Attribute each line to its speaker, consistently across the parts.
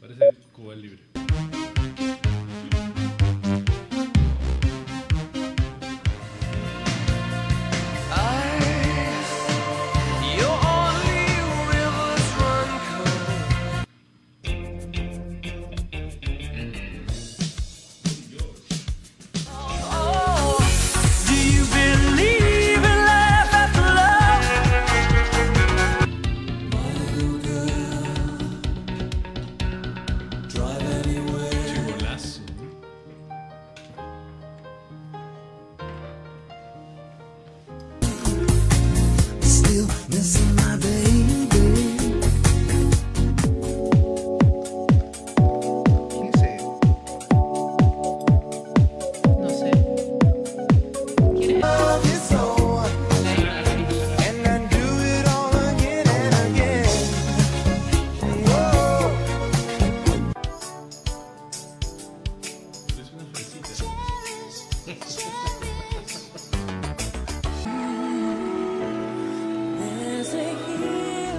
Speaker 1: Parece Cuba Libre. Che golazo. ¿no?
Speaker 2: Still missing my baby.
Speaker 3: No sé. ¿Quién es?
Speaker 1: Es una fresita.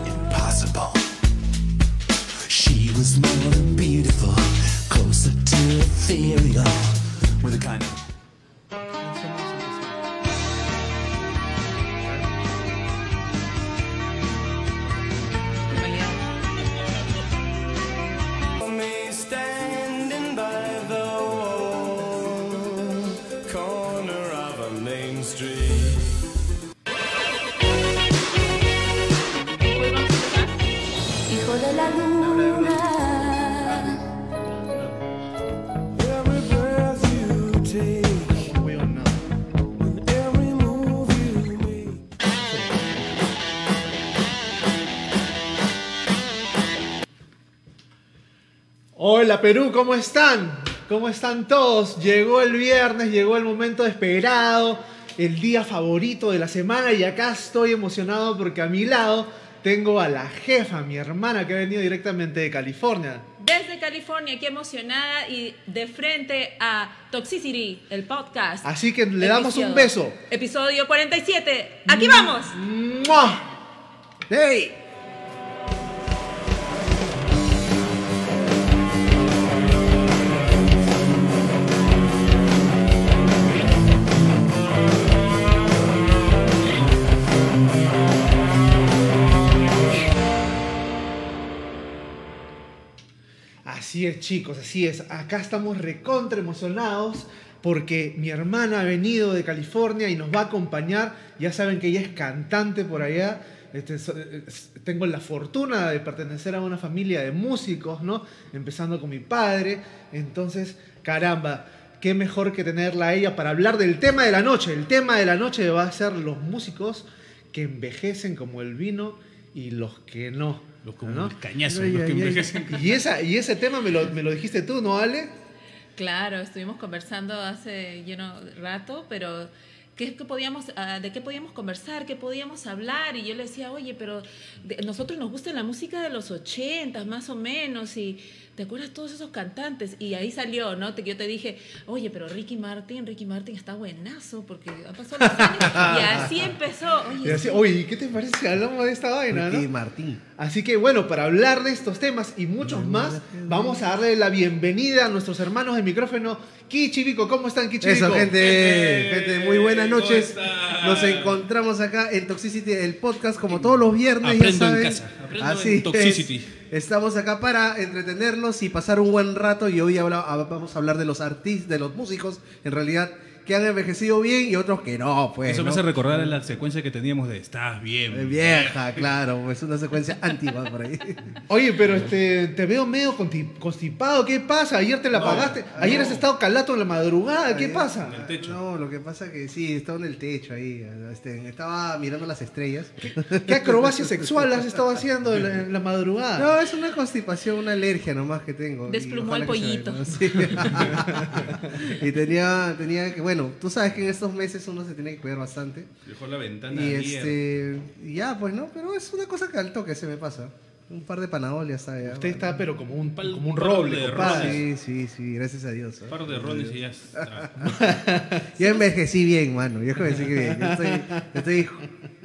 Speaker 2: Impossible. She was more than beautiful, closer to ethereal, with a kind of
Speaker 3: Malea.
Speaker 2: me standing by the wall, corner of a main street.
Speaker 3: Hoy vamos a empezar.
Speaker 4: Hijo de la luna.
Speaker 2: Every breath you take, every move you make.
Speaker 5: Hola Perú, ¿cómo están? ¿Cómo están todos? Llegó el viernes, llegó el momento esperado, el día favorito de la semana y acá estoy emocionado porque a mi lado tengo a la jefa, mi hermana que ha venido directamente de California.
Speaker 3: Desde California, aquí emocionada y de frente a Toxicity, el podcast.
Speaker 5: Así que Ah, le damos un
Speaker 3: Episodio-
Speaker 5: beso.
Speaker 3: Episodio 47. ¡Aquí vamos!
Speaker 5: ¡Mua! ¡Hey! Así es, chicos, así es. Acá estamos recontra emocionados porque mi hermana ha venido de California y nos va a acompañar. Ya saben que ella es cantante por allá. Este, so- eh, s- tengo la fortuna de pertenecer a una familia de músicos, ¿no? Empezando con mi padre. Entonces, caramba, qué mejor que tenerla a ella para hablar del tema de la noche. El tema de la noche va a ser los músicos que envejecen como el vino y los que no.
Speaker 1: Los como
Speaker 5: ¿no?
Speaker 1: el cañazo,
Speaker 5: Ay,
Speaker 1: los
Speaker 5: ay,
Speaker 1: que
Speaker 5: ay.
Speaker 1: envejecen.
Speaker 5: Y, esa, y ese tema me lo, me lo dijiste tú, ¿no, Ale?
Speaker 3: Claro, estuvimos conversando hace you know, rato, pero ¿qué, qué podíamos, ah, ¿de qué podíamos conversar? ¿Qué podíamos hablar? Y yo le decía, oye, pero de- nosotros nos gusta la música de los ochentas, más o menos, y ¿te acuerdas todos esos cantantes? Y ahí salió, ¿no? Te, yo te dije, oye, pero Ricky Martin, Ricky Martin está buenazo, porque ha pasado los años. y así empezó. Oye,
Speaker 5: Y así,
Speaker 3: sí.
Speaker 5: oye, ¿y ¿qué te parece si hablamos de esta vaina,
Speaker 6: Ricky
Speaker 5: no?
Speaker 6: Martín.
Speaker 5: Así que bueno, para hablar de estos temas y muchos más, vamos a darle la bienvenida a nuestros hermanos de micrófono. Kichibico, ¿cómo están, Kichibico?
Speaker 6: Eso, gente,
Speaker 1: Gente,
Speaker 6: gente, muy buenas
Speaker 1: ¿cómo
Speaker 6: noches.
Speaker 1: están?
Speaker 6: Nos encontramos acá en Toxicity, el podcast, como todos los viernes, ya
Speaker 1: Aprendo en
Speaker 6: saben.
Speaker 1: casa, aprendo en Toxicity.
Speaker 6: es. Estamos acá para entretenerlos y pasar un buen rato. Y hoy habla- ah, vamos a hablar de los artistas, de los músicos, en realidad, que han envejecido bien y otros que no, pues.
Speaker 1: Eso me
Speaker 6: ¿no?
Speaker 1: hace recordar la secuencia que teníamos de Estás
Speaker 6: Eh,
Speaker 1: bien.
Speaker 6: Vieja, claro, pues, es una secuencia antigua por ahí.
Speaker 5: Oye, pero este, te veo medio conti- constipado, ¿qué pasa? Ayer te la pagaste, ayer has estado calato en la madrugada, ¿qué
Speaker 6: Ahí,
Speaker 5: pasa?
Speaker 1: en el techo.
Speaker 6: No, lo que pasa que sí, estaba en el techo ahí. este, estaba mirando las estrellas.
Speaker 5: ¿Qué acrobacia sexual has estado haciendo en la, en la madrugada?
Speaker 6: No, es una constipación, una alergia nomás que tengo. y
Speaker 3: Desplumó
Speaker 6: ojalá
Speaker 3: el
Speaker 6: que se
Speaker 3: pollito.
Speaker 6: vaya, ¿no? Sí. y tenía, tenía que, bueno, tú sabes que en estos meses uno se tiene que cuidar bastante.
Speaker 1: Dejó la ventana
Speaker 6: Y
Speaker 1: abierta.
Speaker 6: este, y ya, pues no, pero es una cosa que al toque se me pasa. Un par de panadolias, ¿sabes?
Speaker 5: Usted está pero como un,
Speaker 1: Pal-
Speaker 5: como un
Speaker 1: palo
Speaker 5: roble,
Speaker 1: de
Speaker 5: compadre.
Speaker 6: Sí, sí, sí, gracias a Dios. ¿eh?
Speaker 1: Un par de rones y ya está.
Speaker 6: Yo envejecí bien, mano. Yo envejecí bien. Yo estoy, yo estoy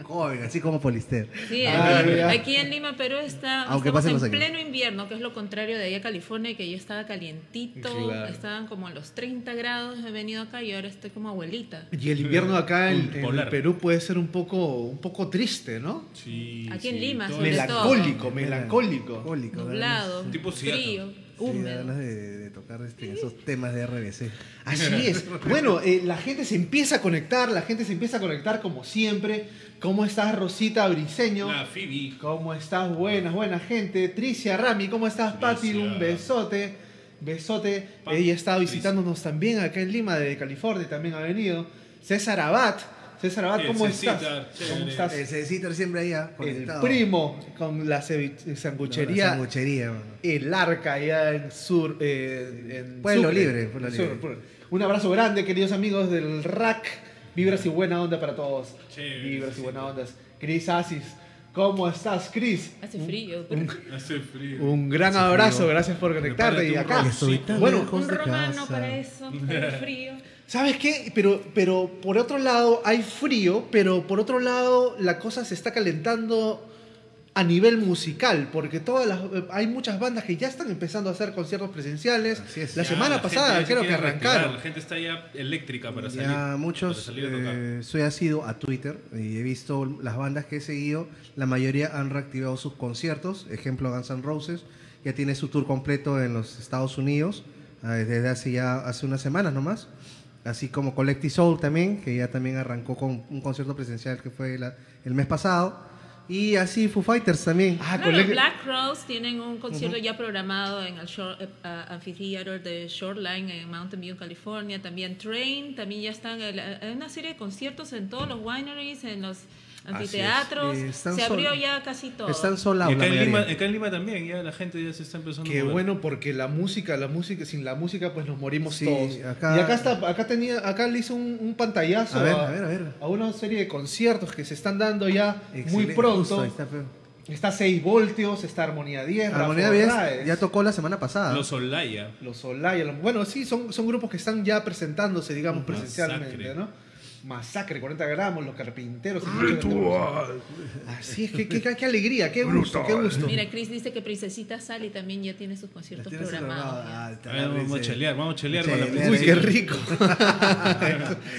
Speaker 6: joven, así como Polister.
Speaker 3: Sí,
Speaker 5: Ah,
Speaker 3: aquí,
Speaker 5: ya.
Speaker 3: aquí en Lima, Perú, está,
Speaker 6: Aunque
Speaker 3: estamos
Speaker 6: pasen
Speaker 3: en
Speaker 6: los años.
Speaker 3: pleno invierno, que es lo contrario de allá a California, y que yo estaba calientito,
Speaker 5: Claro.
Speaker 3: estaban como en los 30 grados, he venido acá y ahora estoy como abuelita.
Speaker 5: Y el invierno acá en, en
Speaker 1: Polar.
Speaker 5: Perú puede ser un poco, un poco triste, ¿no?
Speaker 1: Sí,
Speaker 3: Aquí en
Speaker 1: sí,
Speaker 3: Lima,
Speaker 1: todo
Speaker 3: sobre
Speaker 1: el-
Speaker 5: Melancólico, melancólico.
Speaker 6: Melancólico. da
Speaker 3: Nublado,
Speaker 6: ganas-
Speaker 1: Tipo Seattle.
Speaker 3: frío,
Speaker 6: Sí, da ganas
Speaker 3: húmedo.
Speaker 6: de, de tocar este, esos temas de RBC.
Speaker 5: Así es. Bueno, eh, la gente se empieza a conectar, la gente se empieza a conectar como siempre. ¿Cómo estás, Rosita Briseño?
Speaker 1: La Phoebe.
Speaker 5: ¿Cómo estás? Buenas, buena gente. Tricia Rami, ¿cómo estás, Pati?
Speaker 1: Tricia.
Speaker 5: Un besote. Besote.
Speaker 1: Pa-
Speaker 5: Ella está visitándonos también acá en Lima, de California, también ha venido. César Abad. César Abad,
Speaker 1: El
Speaker 5: ¿cómo
Speaker 1: Cecita,
Speaker 5: estás?
Speaker 1: chévere.
Speaker 5: ¿Cómo estás?
Speaker 6: El Ceciter siempre allá
Speaker 5: El
Speaker 6: conectado.
Speaker 5: primo con la cevi-
Speaker 6: La
Speaker 5: sanguchería
Speaker 6: sanguchería, mano.
Speaker 5: el arca allá en sur eh, en
Speaker 6: Pueblo
Speaker 5: Sucre.
Speaker 6: Libre, Pueblo Libre.
Speaker 5: Sur, Pueblo- un abrazo grande queridos amigos del rack vibras y buena onda para todos
Speaker 1: Chévere,
Speaker 5: vibras y
Speaker 1: sí.
Speaker 5: buena ondas Cris Asis cómo estás Cris
Speaker 3: Hace frío.
Speaker 5: un,
Speaker 1: Hace frío.
Speaker 5: un gran
Speaker 6: frío.
Speaker 5: abrazo gracias por conectarte
Speaker 1: Prepárate
Speaker 5: y
Speaker 1: un
Speaker 5: acá
Speaker 1: roncito.
Speaker 6: Estoy tan
Speaker 5: Bueno,
Speaker 6: lejos
Speaker 3: Un
Speaker 6: de
Speaker 3: romano
Speaker 6: casa.
Speaker 3: para eso, para el frío.
Speaker 5: ¿Sabes qué? Pero, pero por otro lado hay frío, pero por otro lado la cosa se está calentando a nivel musical, porque todas las, eh, hay muchas bandas que ya están empezando a hacer conciertos presenciales.
Speaker 6: Así es.
Speaker 5: La
Speaker 1: Ya,
Speaker 5: semana
Speaker 1: gente
Speaker 5: pasada
Speaker 1: ya se
Speaker 5: creo que
Speaker 1: quiere retirar,
Speaker 5: arrancaron.
Speaker 1: La gente está ya eléctrica para salir.
Speaker 6: Ya muchos,
Speaker 1: Para salir a tocar.
Speaker 6: eh, soy asiduo a Twitter y he visto las bandas que he seguido, la mayoría han reactivado sus conciertos, ejemplo Guns N' Roses, ya tiene su tour completo en los Estados Unidos ah, desde hace ya hace unas semanas nomás, así como Collective Soul también, que ya también arrancó con un concierto presencial que fue la- el mes pasado, y así Foo Fighters también.
Speaker 5: Ah,
Speaker 3: Claro,
Speaker 5: colega-
Speaker 3: Black Rose tienen un concierto ya programado en el Shore- eh, ah, anfiteatro de Shoreline en Mountain View, California. También Train, también ya están. en la- Hay una serie de conciertos en todos los wineries, en los anfiteatros.
Speaker 6: Eh, están
Speaker 3: Se abrió
Speaker 6: sol-
Speaker 3: ya casi todo.
Speaker 6: Están sola
Speaker 1: Y acá en, Lima, acá en Lima también, ya la gente ya se está empezando
Speaker 5: Qué
Speaker 1: a mover.
Speaker 5: bueno porque la música, la música, sin la música pues nos morimos
Speaker 6: Sí,
Speaker 5: todos.
Speaker 6: acá-
Speaker 5: y acá está, acá tenía, acá le hizo un, un pantallazo
Speaker 6: A ver, a ver, a ver.
Speaker 5: a una serie de conciertos que se están dando ya muy
Speaker 6: Excelente,
Speaker 5: pronto.
Speaker 6: justo, ahí está, feo.
Speaker 5: Está 6 voltios, está Armonía 10, Rafa
Speaker 6: Armonía Vies
Speaker 5: Morales,
Speaker 6: ya tocó la semana pasada.
Speaker 1: Los Olaya.
Speaker 5: los Olaya. los- Bueno, sí, son, son grupos que están ya presentándose, digamos, presencialmente,
Speaker 1: Masacre.
Speaker 5: ¿no? Masacre, 40 gramos, los carpinteros. y mucha gente más. Así es, que, que- que- qué alegría, qué gusto, qué gusto.
Speaker 3: Mira, Chris dice que Princesita Sally también ya tiene sus conciertos
Speaker 6: Tienes
Speaker 3: programados.
Speaker 6: el-
Speaker 3: ya.
Speaker 6: ah, está
Speaker 1: A ver,
Speaker 6: la
Speaker 1: vamos a
Speaker 6: risa.
Speaker 1: chelear, vamos a chelear con la
Speaker 6: Chelear.
Speaker 5: Uy,
Speaker 1: princesa.
Speaker 5: qué rico.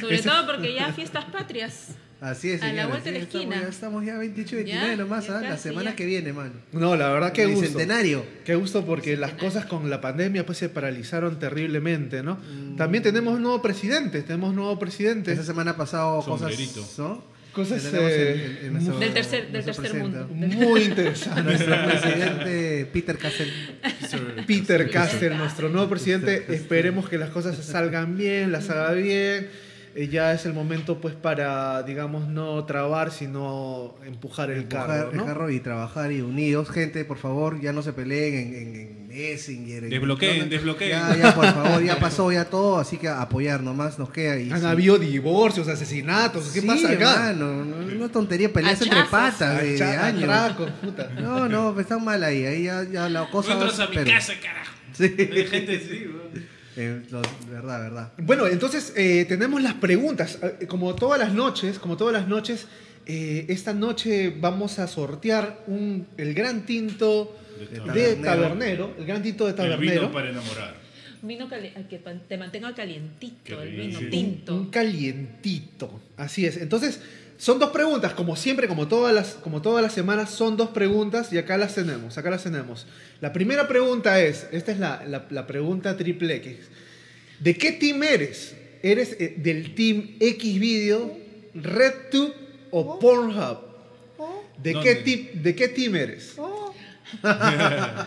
Speaker 3: Sobre todo porque ya fiestas patrias.
Speaker 6: Así es,
Speaker 3: A la
Speaker 6: señores,
Speaker 3: vuelta de la
Speaker 6: sí, estamos
Speaker 3: esquina.
Speaker 6: ya- Estamos ya 28
Speaker 3: Ya,
Speaker 6: 29 nomás,
Speaker 3: ya
Speaker 6: ¿ah? la
Speaker 3: casi,
Speaker 6: semana
Speaker 3: ya.
Speaker 6: que viene, mano.
Speaker 5: No, la verdad, Ah, qué
Speaker 6: El
Speaker 5: gusto.
Speaker 6: Bicentenario.
Speaker 5: Qué gusto porque las cosas con la pandemia pues se paralizaron terriblemente, ¿no? También tenemos nuevo presidente, tenemos nuevo presidente.
Speaker 6: Esa semana pasado cosas,
Speaker 1: Sombrerito.
Speaker 6: ¿no?
Speaker 5: Cosas,
Speaker 6: Que tenemos
Speaker 5: eh,
Speaker 6: en- en- en nuestro-
Speaker 3: Del tercer- del
Speaker 6: nuestro
Speaker 3: tercer
Speaker 6: presidente.
Speaker 3: mundo.
Speaker 5: Muy interesante.
Speaker 6: Nuestro presidente Peter Cassel.
Speaker 5: Peter Castle, nuestro nuevo presidente. Esperemos que las cosas salgan bien, las haga bien. Eh, ya es el momento, pues, para, digamos, no trabar, sino empujar el carro.
Speaker 6: Empujar
Speaker 5: ¿no?
Speaker 6: el carro y trabajar y unidos, gente, por favor, ya no se peleen en, en, en Messenger. en-
Speaker 1: Desbloqueen,
Speaker 6: no, no,
Speaker 1: desbloqueen.
Speaker 6: Ya, ya, por favor, ya pasó ya todo, así que apoyar nomás nos queda. Y
Speaker 5: Han
Speaker 6: sí.
Speaker 5: habido divorcios, asesinatos. ¿Qué
Speaker 6: Sí,
Speaker 5: pasa acá?
Speaker 6: hermano, no, no tontería, peleas entre
Speaker 3: Hachazos.
Speaker 6: patas de, de
Speaker 5: Acha-
Speaker 6: años.
Speaker 5: atracos, puta.
Speaker 6: No, no, están mal ahí, ahí ya, ya la
Speaker 1: No
Speaker 6: cosa...
Speaker 1: entras a mi
Speaker 6: pero-
Speaker 1: casa, carajo.
Speaker 6: Sí.
Speaker 1: Hay gente sí, weón.
Speaker 6: Eh, lo- verdad, verdad.
Speaker 5: Bueno, entonces eh, tenemos las preguntas. Eh, Como todas las noches, como todas las noches, eh, esta noche vamos a sortear un, el gran tinto
Speaker 1: De
Speaker 5: de
Speaker 6: Tabernero.
Speaker 5: Tabernero. El gran tinto de
Speaker 1: El
Speaker 5: Tabernero.
Speaker 1: vino para enamorar.
Speaker 3: Vino cali- ah, que pan- te mantenga
Speaker 1: Qué
Speaker 3: calientito, el
Speaker 1: rico.
Speaker 3: vino
Speaker 1: Sí.
Speaker 3: tinto.
Speaker 5: Un calientito. Así es. Entonces, son dos preguntas, como siempre, como todas las, como todas las semanas, son dos preguntas y acá las tenemos, acá las tenemos. La primera pregunta es, esta es la, la- la pregunta triple X. ¿De qué team eres? ¿Eres eh, del team X Video, RedTube o Pornhub? ¿De qué,
Speaker 1: ¿Dónde?
Speaker 5: ti- ¿De qué team eres?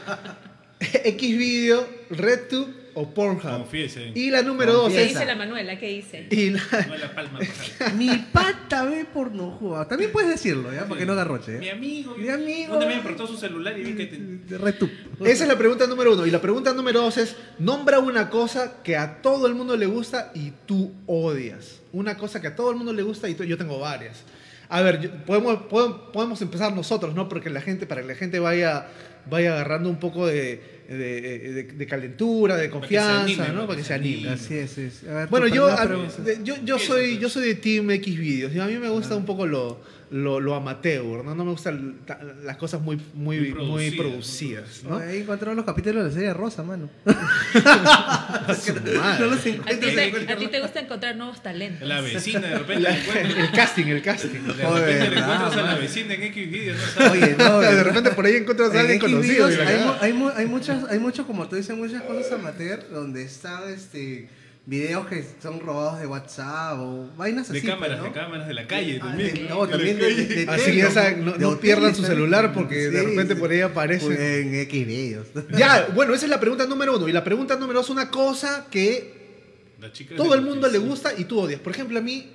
Speaker 5: X Video, RedTube o Pornhub.
Speaker 1: Confiesen.
Speaker 5: Y la número dos
Speaker 3: ¿Qué
Speaker 5: es...
Speaker 6: Confiesa.
Speaker 3: dice la Manuela? ¿Qué dice?
Speaker 5: Y la-
Speaker 1: No la palma. ojalá.
Speaker 6: Mi pata ve porno jugado. También puedes decirlo, ¿ya? Para que no garroche.
Speaker 1: Mi
Speaker 6: ¿eh?
Speaker 1: amigo.
Speaker 6: Mi amigo.
Speaker 1: Donde me aportó su celular y vi que te...
Speaker 6: De Retup.
Speaker 5: Esa es la pregunta número uno. Y la pregunta número dos es, nombra una cosa que a todo el mundo le gusta y tú odias. Una cosa que a todo el mundo le gusta y tú, yo tengo varias. A ver, yo- podemos, podemos, podemos empezar nosotros, ¿no? Porque la gente, para que la gente vaya, vaya agarrando un poco de, de- de- de calentura, de
Speaker 1: que se
Speaker 5: confianza,
Speaker 1: anime,
Speaker 5: ¿no? Para que se anime.
Speaker 6: Así es, es. A ver,
Speaker 5: Bueno,
Speaker 6: tu
Speaker 5: yo,
Speaker 6: primera
Speaker 5: a-
Speaker 6: pregunta. Ah.
Speaker 5: de- yo, yo soy, yo soy de Team X Videos. y A mí me gusta un poco lo, lo, lo amateur, ¿no? No me gustan ta- las cosas muy, muy,
Speaker 1: Muy
Speaker 5: muy
Speaker 1: producidas,
Speaker 5: producidas, ¿no?
Speaker 6: ¿No? Ahí encontraron los capítulos de la serie Rosa, mano.
Speaker 5: madre.
Speaker 6: no los
Speaker 3: A ti,
Speaker 6: encuentro.
Speaker 3: te, a ti te gusta encontrar nuevos talentos.
Speaker 1: La vecina, de repente
Speaker 5: La-
Speaker 1: le encuentras,
Speaker 5: el casting, el casting.
Speaker 1: de
Speaker 6: Joder,
Speaker 1: repente le
Speaker 6: nada,
Speaker 1: encuentras a la
Speaker 6: madre.
Speaker 1: vecina en X video, no sabes.
Speaker 6: Oye, no,
Speaker 5: de repente por ahí encuentras a
Speaker 6: En
Speaker 5: alguien
Speaker 6: X
Speaker 5: conocido. "Ah,
Speaker 6: videos
Speaker 5: y la
Speaker 6: hay, mu-
Speaker 5: cagada.
Speaker 6: hay, mu- hay muchas, hay muchos, como tú dices, muchas cosas amateur donde están este, videos que son robados de WhatsApp o vainas
Speaker 1: de
Speaker 6: así.
Speaker 1: cámaras,
Speaker 6: pues,
Speaker 1: de
Speaker 6: ¿no?
Speaker 1: cámaras de la
Speaker 6: Ah,
Speaker 1: calle
Speaker 6: de-
Speaker 1: también.
Speaker 6: no, también de, de- de
Speaker 5: Así que ya
Speaker 6: hotel,
Speaker 5: saben, no,
Speaker 6: De
Speaker 5: no
Speaker 6: hotel
Speaker 5: pierdan su
Speaker 6: están-
Speaker 5: celular porque de
Speaker 6: Sí,
Speaker 5: repente
Speaker 6: sí. Pues,
Speaker 5: por ahí aparece.
Speaker 6: En X videos.
Speaker 5: Ya, bueno, esa es la pregunta número uno. Y la pregunta número dos es una cosa que
Speaker 1: La chica
Speaker 5: Todo
Speaker 1: de
Speaker 5: el mundo le
Speaker 1: Noticias.
Speaker 5: gusta y tú odias. Por ejemplo, a mí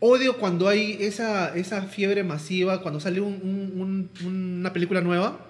Speaker 5: odio cuando hay esa, esa fiebre masiva, cuando sale un- un- un- una película nueva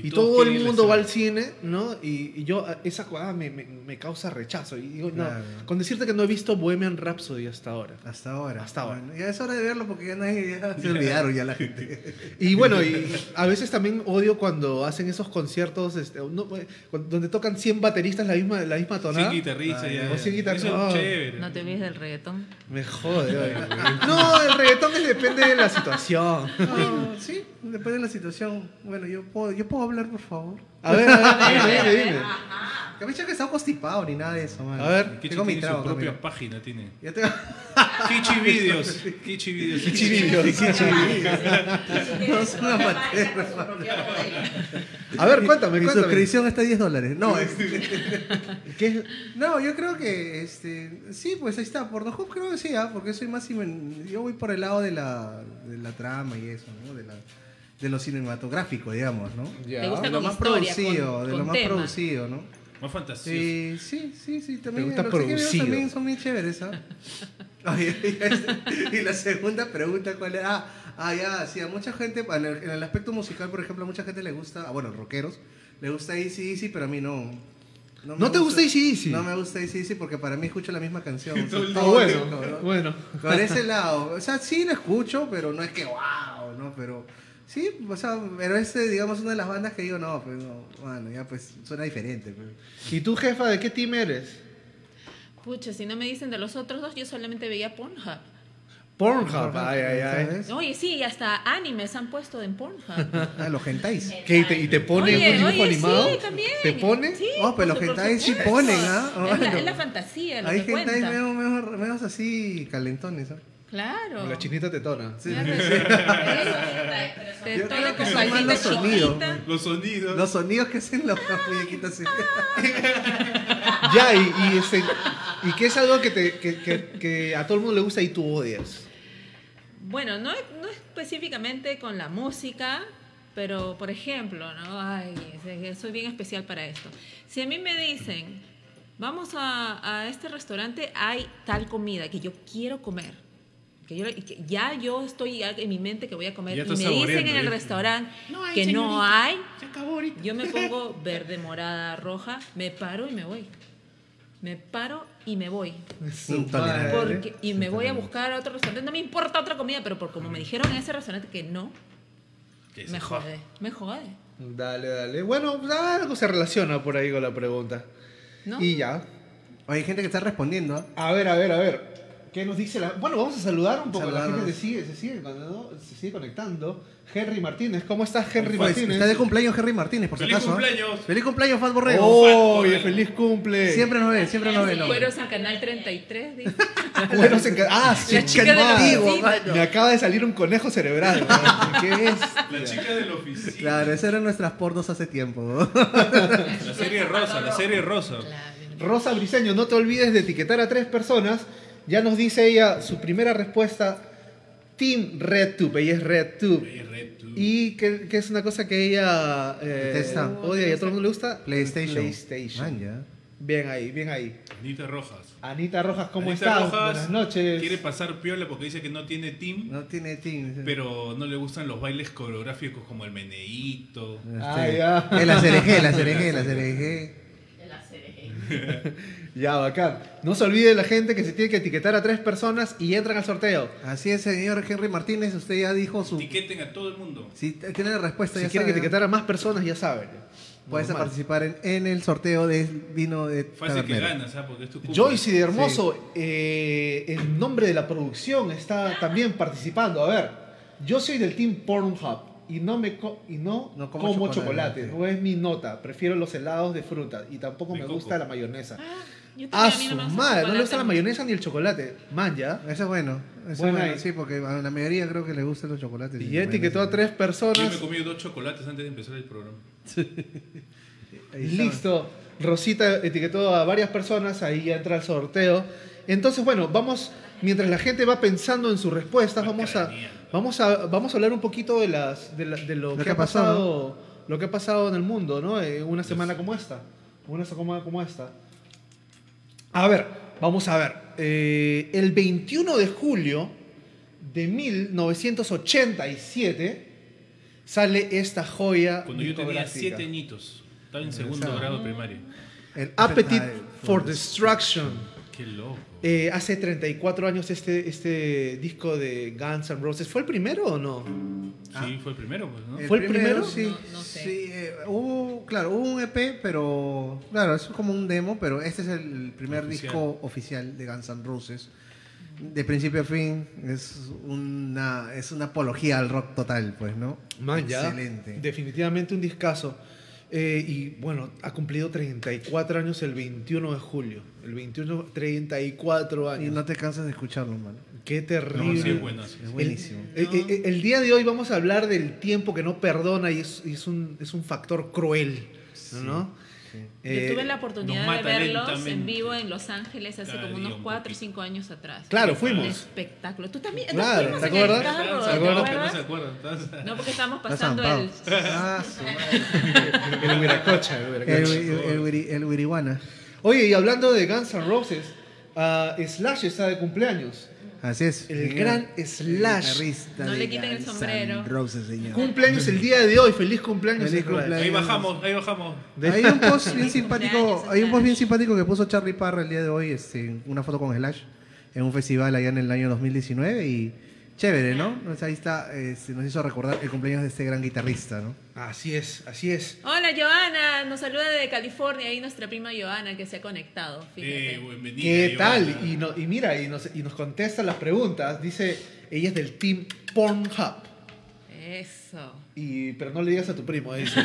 Speaker 5: y,
Speaker 1: todos
Speaker 5: todo el
Speaker 1: quieren ir
Speaker 5: mundo va
Speaker 1: al
Speaker 5: al cine, ¿no? Y, y yo, a- esa cosa me, me- me causa rechazo. Y digo, no,
Speaker 6: Claro.
Speaker 5: con decirte que no he visto Bohemian Rhapsody hasta ahora.
Speaker 6: Hasta ahora.
Speaker 5: Hasta ahora.
Speaker 6: Bueno, ya es hora de verlo porque ya nadie ya se olvidaron ya la gente.
Speaker 5: Y bueno, y a veces también odio cuando hacen esos conciertos este, no, eh, donde tocan 100 bateristas la misma, la misma tonada.
Speaker 1: Sin guitarrista,
Speaker 6: Ah,
Speaker 1: ya.
Speaker 5: o sin guitarra,
Speaker 1: Eso es
Speaker 5: no.
Speaker 1: chévere.
Speaker 3: No te olvides del reggaetón.
Speaker 5: me jode. oye. no, el reggaetón es- depende de la situación.
Speaker 6: No, sí, depende de la situación. Bueno, yo puedo, yo puedo hablar, por favor.
Speaker 5: A ver, a ver, dime, dime, dime.
Speaker 6: Que me echa que estaba constipado ni nada de eso, mano.
Speaker 5: A ver,
Speaker 1: Kichi
Speaker 6: tengo mi
Speaker 1: tiene
Speaker 6: trago.
Speaker 1: su propia
Speaker 6: Camilo.
Speaker 1: página, tiene.
Speaker 6: Yo tengo-
Speaker 1: Kichi Videos. Kichi Videos.
Speaker 5: Kichi videos, kichi videos.
Speaker 6: No es una materia.
Speaker 5: A ver, cuéntame,
Speaker 6: Mi
Speaker 5: cuéntame.
Speaker 6: suscripción está a 10 dólares. No, este,
Speaker 5: ¿Qué?
Speaker 6: no, yo creo que este, sí, pues ahí está. Por Hub creo que sí, ah, porque soy más. cimen- Yo voy por el lado de la, de la trama y eso, ¿no? De, la, de lo cinematográfico, digamos, ¿no?
Speaker 3: Te gusta
Speaker 6: De lo
Speaker 3: con
Speaker 6: más
Speaker 3: historia,
Speaker 6: producido,
Speaker 3: con,
Speaker 6: de
Speaker 3: con
Speaker 6: lo más
Speaker 3: tema.
Speaker 6: producido, ¿no?
Speaker 1: Más fantasioso.
Speaker 6: Sí, sí, sí, sí, también.
Speaker 5: gusta
Speaker 6: los ingenieros
Speaker 5: producido.
Speaker 6: también son bien chéveres, ¿ah? Ay, ay, ay, y la segunda pregunta, ¿cuál era? Ah, ah, ya, sí, a mucha gente, en el, en el aspecto musical, por ejemplo, a mucha gente le gusta, ah, bueno, rockeros, le gusta Easy Easy, pero a mí no. ¿No, me
Speaker 5: ¿No te gusta AC/DC?
Speaker 6: No me gusta Easy Easy porque para mí escucho la misma canción. o sea,
Speaker 1: Todo el
Speaker 5: Ah,
Speaker 6: todo el tiempo,
Speaker 5: bueno,
Speaker 6: ¿no?
Speaker 5: bueno.
Speaker 6: Por ese lado, o sea, sí la escucho, pero no es que wow, ¿no? Pero sí, o sea, pero este, digamos, una de las bandas que digo, no, pues no, bueno, ya pues suena diferente. pues.
Speaker 5: ¿Y tú, jefa, de qué team eres?
Speaker 3: Pucha, si no me dicen de los otros dos, yo solamente veía Pornhub.
Speaker 5: Pornhub, ay, ay, ay.
Speaker 6: ¿Sabes?
Speaker 3: Oye, sí, y hasta animes han puesto en Pornhub.
Speaker 6: Ah, los hentais.
Speaker 5: ¿Qué, y, te, ¿Y te pone
Speaker 3: Oye,
Speaker 5: un dibujo
Speaker 3: oye,
Speaker 5: animado?
Speaker 3: sí, también.
Speaker 5: ¿Te pone?
Speaker 3: Sí,
Speaker 6: Oh, pero
Speaker 3: por
Speaker 6: los
Speaker 3: su-
Speaker 6: hentais sí
Speaker 3: por supuesto.
Speaker 6: ponen, ¿ah?
Speaker 3: Es la- es, la,
Speaker 6: Bueno.
Speaker 3: fantasía lo
Speaker 6: Hay
Speaker 3: que
Speaker 6: hentais
Speaker 3: cuenta.
Speaker 6: menos, menos, menos así calentones. ¿ah?
Speaker 3: Claro.
Speaker 5: La chinita tetona.
Speaker 6: Sí.
Speaker 3: Claro que sí. Eso. Te
Speaker 6: Yo creo
Speaker 3: toca
Speaker 6: que
Speaker 3: con
Speaker 6: son más
Speaker 3: faldita
Speaker 6: los sonidos.
Speaker 3: chiquita.
Speaker 1: Los sonidos.
Speaker 6: Los sonidos que hacen los las muñequitas. así.
Speaker 5: Ya, y, y, este, y que es algo que, te, que, que, que a todo el mundo le gusta y tú odias.
Speaker 3: Bueno, no, no específicamente con la música, pero por ejemplo, ¿no? Ay, es- es- soy bien especial para esto. Si a mí me dicen, vamos a, a este restaurante, hay tal comida que yo quiero comer. Que yo, que ya yo estoy en mi mente que voy a comer
Speaker 1: Ya
Speaker 3: y me
Speaker 1: estás
Speaker 3: dicen
Speaker 1: saboreando,
Speaker 3: en el
Speaker 1: ¿eh?
Speaker 3: restaurante que no hay, yo me pongo verde, morada, roja, me paro y me voy. Me paro y me voy.
Speaker 6: Intolerable.
Speaker 3: Porque- y me voy a buscar a otro restaurante. No me importa otra comida, pero por como me dijeron en ese restaurante que no,
Speaker 1: Que se
Speaker 3: me
Speaker 1: joda.
Speaker 3: jode. Me jode.
Speaker 5: Dale, dale. Bueno, algo se relaciona por ahí con la pregunta.
Speaker 3: ¿No?
Speaker 5: Y ya.
Speaker 6: Oye, hay gente que está respondiendo. ¿ah?
Speaker 5: A ver, a ver, a ver. ¿Qué nos dice la.? Bueno, vamos a saludar un poco. La
Speaker 6: Saludarnos.
Speaker 5: gente se sigue, se sigue, conectando- se sigue conectando. Henry Martínez, ¿cómo estás, Henry
Speaker 1: Pues,
Speaker 5: Martínez?
Speaker 6: Está de cumpleaños Henry Martínez, por si
Speaker 1: ¡Feliz
Speaker 6: acaso. ¿ah?
Speaker 1: cumpleaños!
Speaker 6: ¡Feliz cumpleaños, Fat Borrego!
Speaker 5: ¡Oh! y feliz cumple!
Speaker 6: Siempre nos ve, siempre nos ve. el hombre.
Speaker 3: Cueros en Canal 33, dice.
Speaker 5: Bueno, se enca- ¡Ah, sí!
Speaker 3: La chica de la
Speaker 5: Antiguo,
Speaker 3: oficina,
Speaker 5: mano. Me acaba de salir un conejo cerebral. ¿no? ¿Qué es?
Speaker 1: La chica de la oficina.
Speaker 6: Claro, esas eran nuestras pornos hace tiempo. ¿no?
Speaker 1: La serie rosa, la serie rosa.
Speaker 5: Rosa Briseño, no te olvides de etiquetar a tres personas. Ya nos dice ella su primera respuesta: Team RedTube. Ella es RedTube.
Speaker 1: Ey, Red, tú.
Speaker 5: Y que, que es una cosa que ella eh,
Speaker 6: Detesta.
Speaker 5: odia y a todo el mundo le gusta.
Speaker 6: PlayStation.
Speaker 5: PlayStation.
Speaker 6: Man, ya.
Speaker 5: Bien ahí, bien ahí.
Speaker 1: Anita Rojas.
Speaker 5: Anita Rojas, ¿cómo
Speaker 1: Anita
Speaker 5: estás?
Speaker 1: Rojas
Speaker 5: Buenas noches.
Speaker 1: Quiere pasar piola porque dice que no tiene team,
Speaker 6: No tiene team.
Speaker 1: pero no le gustan los bailes coreográficos como el meneíto.
Speaker 6: Este,
Speaker 5: Ah, ya.
Speaker 6: Es la CRG, la CRG, la CRG.
Speaker 5: Ya, bacán. No se olvide la gente que se tiene que etiquetar a tres personas y entran al sorteo.
Speaker 6: Así es, señor Henry Martínez, usted ya dijo su...
Speaker 1: Etiqueten a todo el mundo.
Speaker 6: Si t- tiene la respuesta,
Speaker 5: Si
Speaker 6: ya
Speaker 5: quieren
Speaker 6: sabe,
Speaker 5: etiquetar a más personas, ya saben.
Speaker 6: Puedes
Speaker 5: Normal.
Speaker 6: participar en, en el sorteo de vino de
Speaker 1: Fácil que
Speaker 6: Tabernero.
Speaker 1: ganas, ¿ah? Porque es tu cumple.
Speaker 5: Joyce de Hermoso, eh, en nombre de la producción, está también participando. A ver, Yo soy del team Pornhub y no me co- y no,
Speaker 6: No como
Speaker 5: como,
Speaker 6: chocolate.
Speaker 5: chocolate. No es mi nota. Prefiero los helados de fruta y tampoco
Speaker 1: De
Speaker 5: me
Speaker 1: coco.
Speaker 5: gusta la mayonesa.
Speaker 3: Ah, yo también,
Speaker 5: A
Speaker 3: a mí
Speaker 5: su
Speaker 3: me gusta el
Speaker 5: madre, no le gusta la
Speaker 3: chocolate.
Speaker 5: mayonesa ni el chocolate. Man, ya.
Speaker 6: Ese es bueno. Ese es
Speaker 5: Buena
Speaker 6: bueno,
Speaker 5: ahí.
Speaker 6: sí, porque a la mayoría creo que le gustan los chocolates.
Speaker 5: Y ya etiquetó a tres
Speaker 1: Yo
Speaker 5: personas.
Speaker 1: me he comido dos chocolates antes de empezar el programa.
Speaker 6: Ahí está.
Speaker 5: Listo. Rosita etiquetó a varias personas, ahí ya entra el sorteo. Entonces, bueno, vamos, mientras la gente va pensando en sus respuestas, vamos a, vamos a, vamos a hablar un poquito de, las, de, la- de lo, que, ha pasado, lo que ha pasado en el mundo, ¿no? Eh, una semana como esta, una semana como esta. A ver, vamos a ver. Eh, el 21 de julio de 1987 sale esta joya.
Speaker 1: Cuando yo tenía
Speaker 5: Ah, discográfica.
Speaker 1: siete añitos, estaba en segundo
Speaker 6: Regresaba.
Speaker 1: grado primario.
Speaker 6: El
Speaker 5: Appetite
Speaker 6: Appetite
Speaker 5: for Destruction.
Speaker 1: Qué loco.
Speaker 5: Eh, hace 34 años este, este disco de Guns N' Roses. ¿Fue el primero o no? Ah.
Speaker 1: Sí, fue el primero, pues, ¿no?
Speaker 5: ¿Fue el primero?
Speaker 6: Sí.
Speaker 3: No- no sé.
Speaker 6: Sí, eh, hubo, claro, hubo un EP, pero. Claro, es como un demo, pero este es el primer
Speaker 1: Oficial.
Speaker 6: disco oficial de Guns N' Roses. De principio a fin, es una, es una apología al rock total, pues, ¿no? Excelente.
Speaker 5: Definitivamente un discazo. Eh, y bueno, ha cumplido 34 años el 21 de julio. El 21, 34
Speaker 6: Y
Speaker 5: años.
Speaker 6: no te cansas de escucharlo, mano.
Speaker 5: Qué
Speaker 1: No, sí,
Speaker 5: terrible.
Speaker 1: es buenazo.
Speaker 6: Es buenísimo.
Speaker 5: El, eh, eh, el día de hoy vamos a hablar del tiempo que no perdona y es, y es un, es un factor cruel. ¿no?
Speaker 6: sí.
Speaker 5: Eh,
Speaker 3: Yo tuve la
Speaker 1: nos
Speaker 3: oportunidad de
Speaker 1: mata
Speaker 3: verlos
Speaker 1: lentamente.
Speaker 3: en vivo en Los Ángeles hace
Speaker 1: Cada
Speaker 3: como
Speaker 1: día
Speaker 3: unos
Speaker 1: un
Speaker 3: 4 o
Speaker 1: poquito.
Speaker 3: 5 años atrás.
Speaker 5: Claro,
Speaker 3: Fue un
Speaker 5: fuimos.
Speaker 3: espectáculo. Tú también.
Speaker 5: Claro,
Speaker 3: Claro,
Speaker 5: ¿te
Speaker 3: ¿te
Speaker 5: acuerdas?
Speaker 3: acuerdas? Carro,
Speaker 1: ¿Se
Speaker 3: ¿te
Speaker 1: acuerdan que no se
Speaker 3: acuerdas?
Speaker 1: acuerdan? Tan-
Speaker 3: No, porque estábamos
Speaker 6: Está
Speaker 3: pasando
Speaker 6: zampado.
Speaker 3: el.
Speaker 6: Ah, su madre.
Speaker 5: Eh, el Huiracocha, el
Speaker 6: El,
Speaker 5: Huiracocha.
Speaker 6: el, el Wiri- el Wiriguana.
Speaker 5: Oye, y hablando de Guns N' Roses, ah, Slash está de cumpleaños.
Speaker 6: Así es.
Speaker 5: El gran Slash.
Speaker 6: guitarrista
Speaker 3: No le
Speaker 6: de
Speaker 3: quiten el
Speaker 6: Guns N'
Speaker 3: sombrero.
Speaker 6: Roses, señor.
Speaker 5: Cumpleaños el día de hoy, feliz cumpleaños.
Speaker 6: Feliz
Speaker 5: Slash.
Speaker 6: cumpleaños.
Speaker 1: Ahí bajamos, ahí bajamos.
Speaker 5: De-
Speaker 6: Hay un post bien
Speaker 3: Feliz
Speaker 6: simpático,
Speaker 3: cumpleaños,
Speaker 6: hay un post
Speaker 3: Slash.
Speaker 6: bien simpático que puso Charlie Parra el día de hoy, este, una foto con Slash en un festival allá en el año 2019 y chévere, ¿no? Entonces ahí está, este, nos hizo recordar el cumpleaños de este gran guitarrista, ¿no?
Speaker 5: Así es, así es.
Speaker 3: Hola, Joana. Nos saluda desde California. Ahí nuestra prima Joana que se ha conectado. Fíjate.
Speaker 1: Eh, bienvenida,
Speaker 5: ¿Qué
Speaker 1: Giovanna.
Speaker 5: tal? Y, no- y mira, y nos, y nos contesta las preguntas. Dice, ella es del team Pornhub.
Speaker 3: Eso.
Speaker 5: Y, pero no le digas a tu primo eso.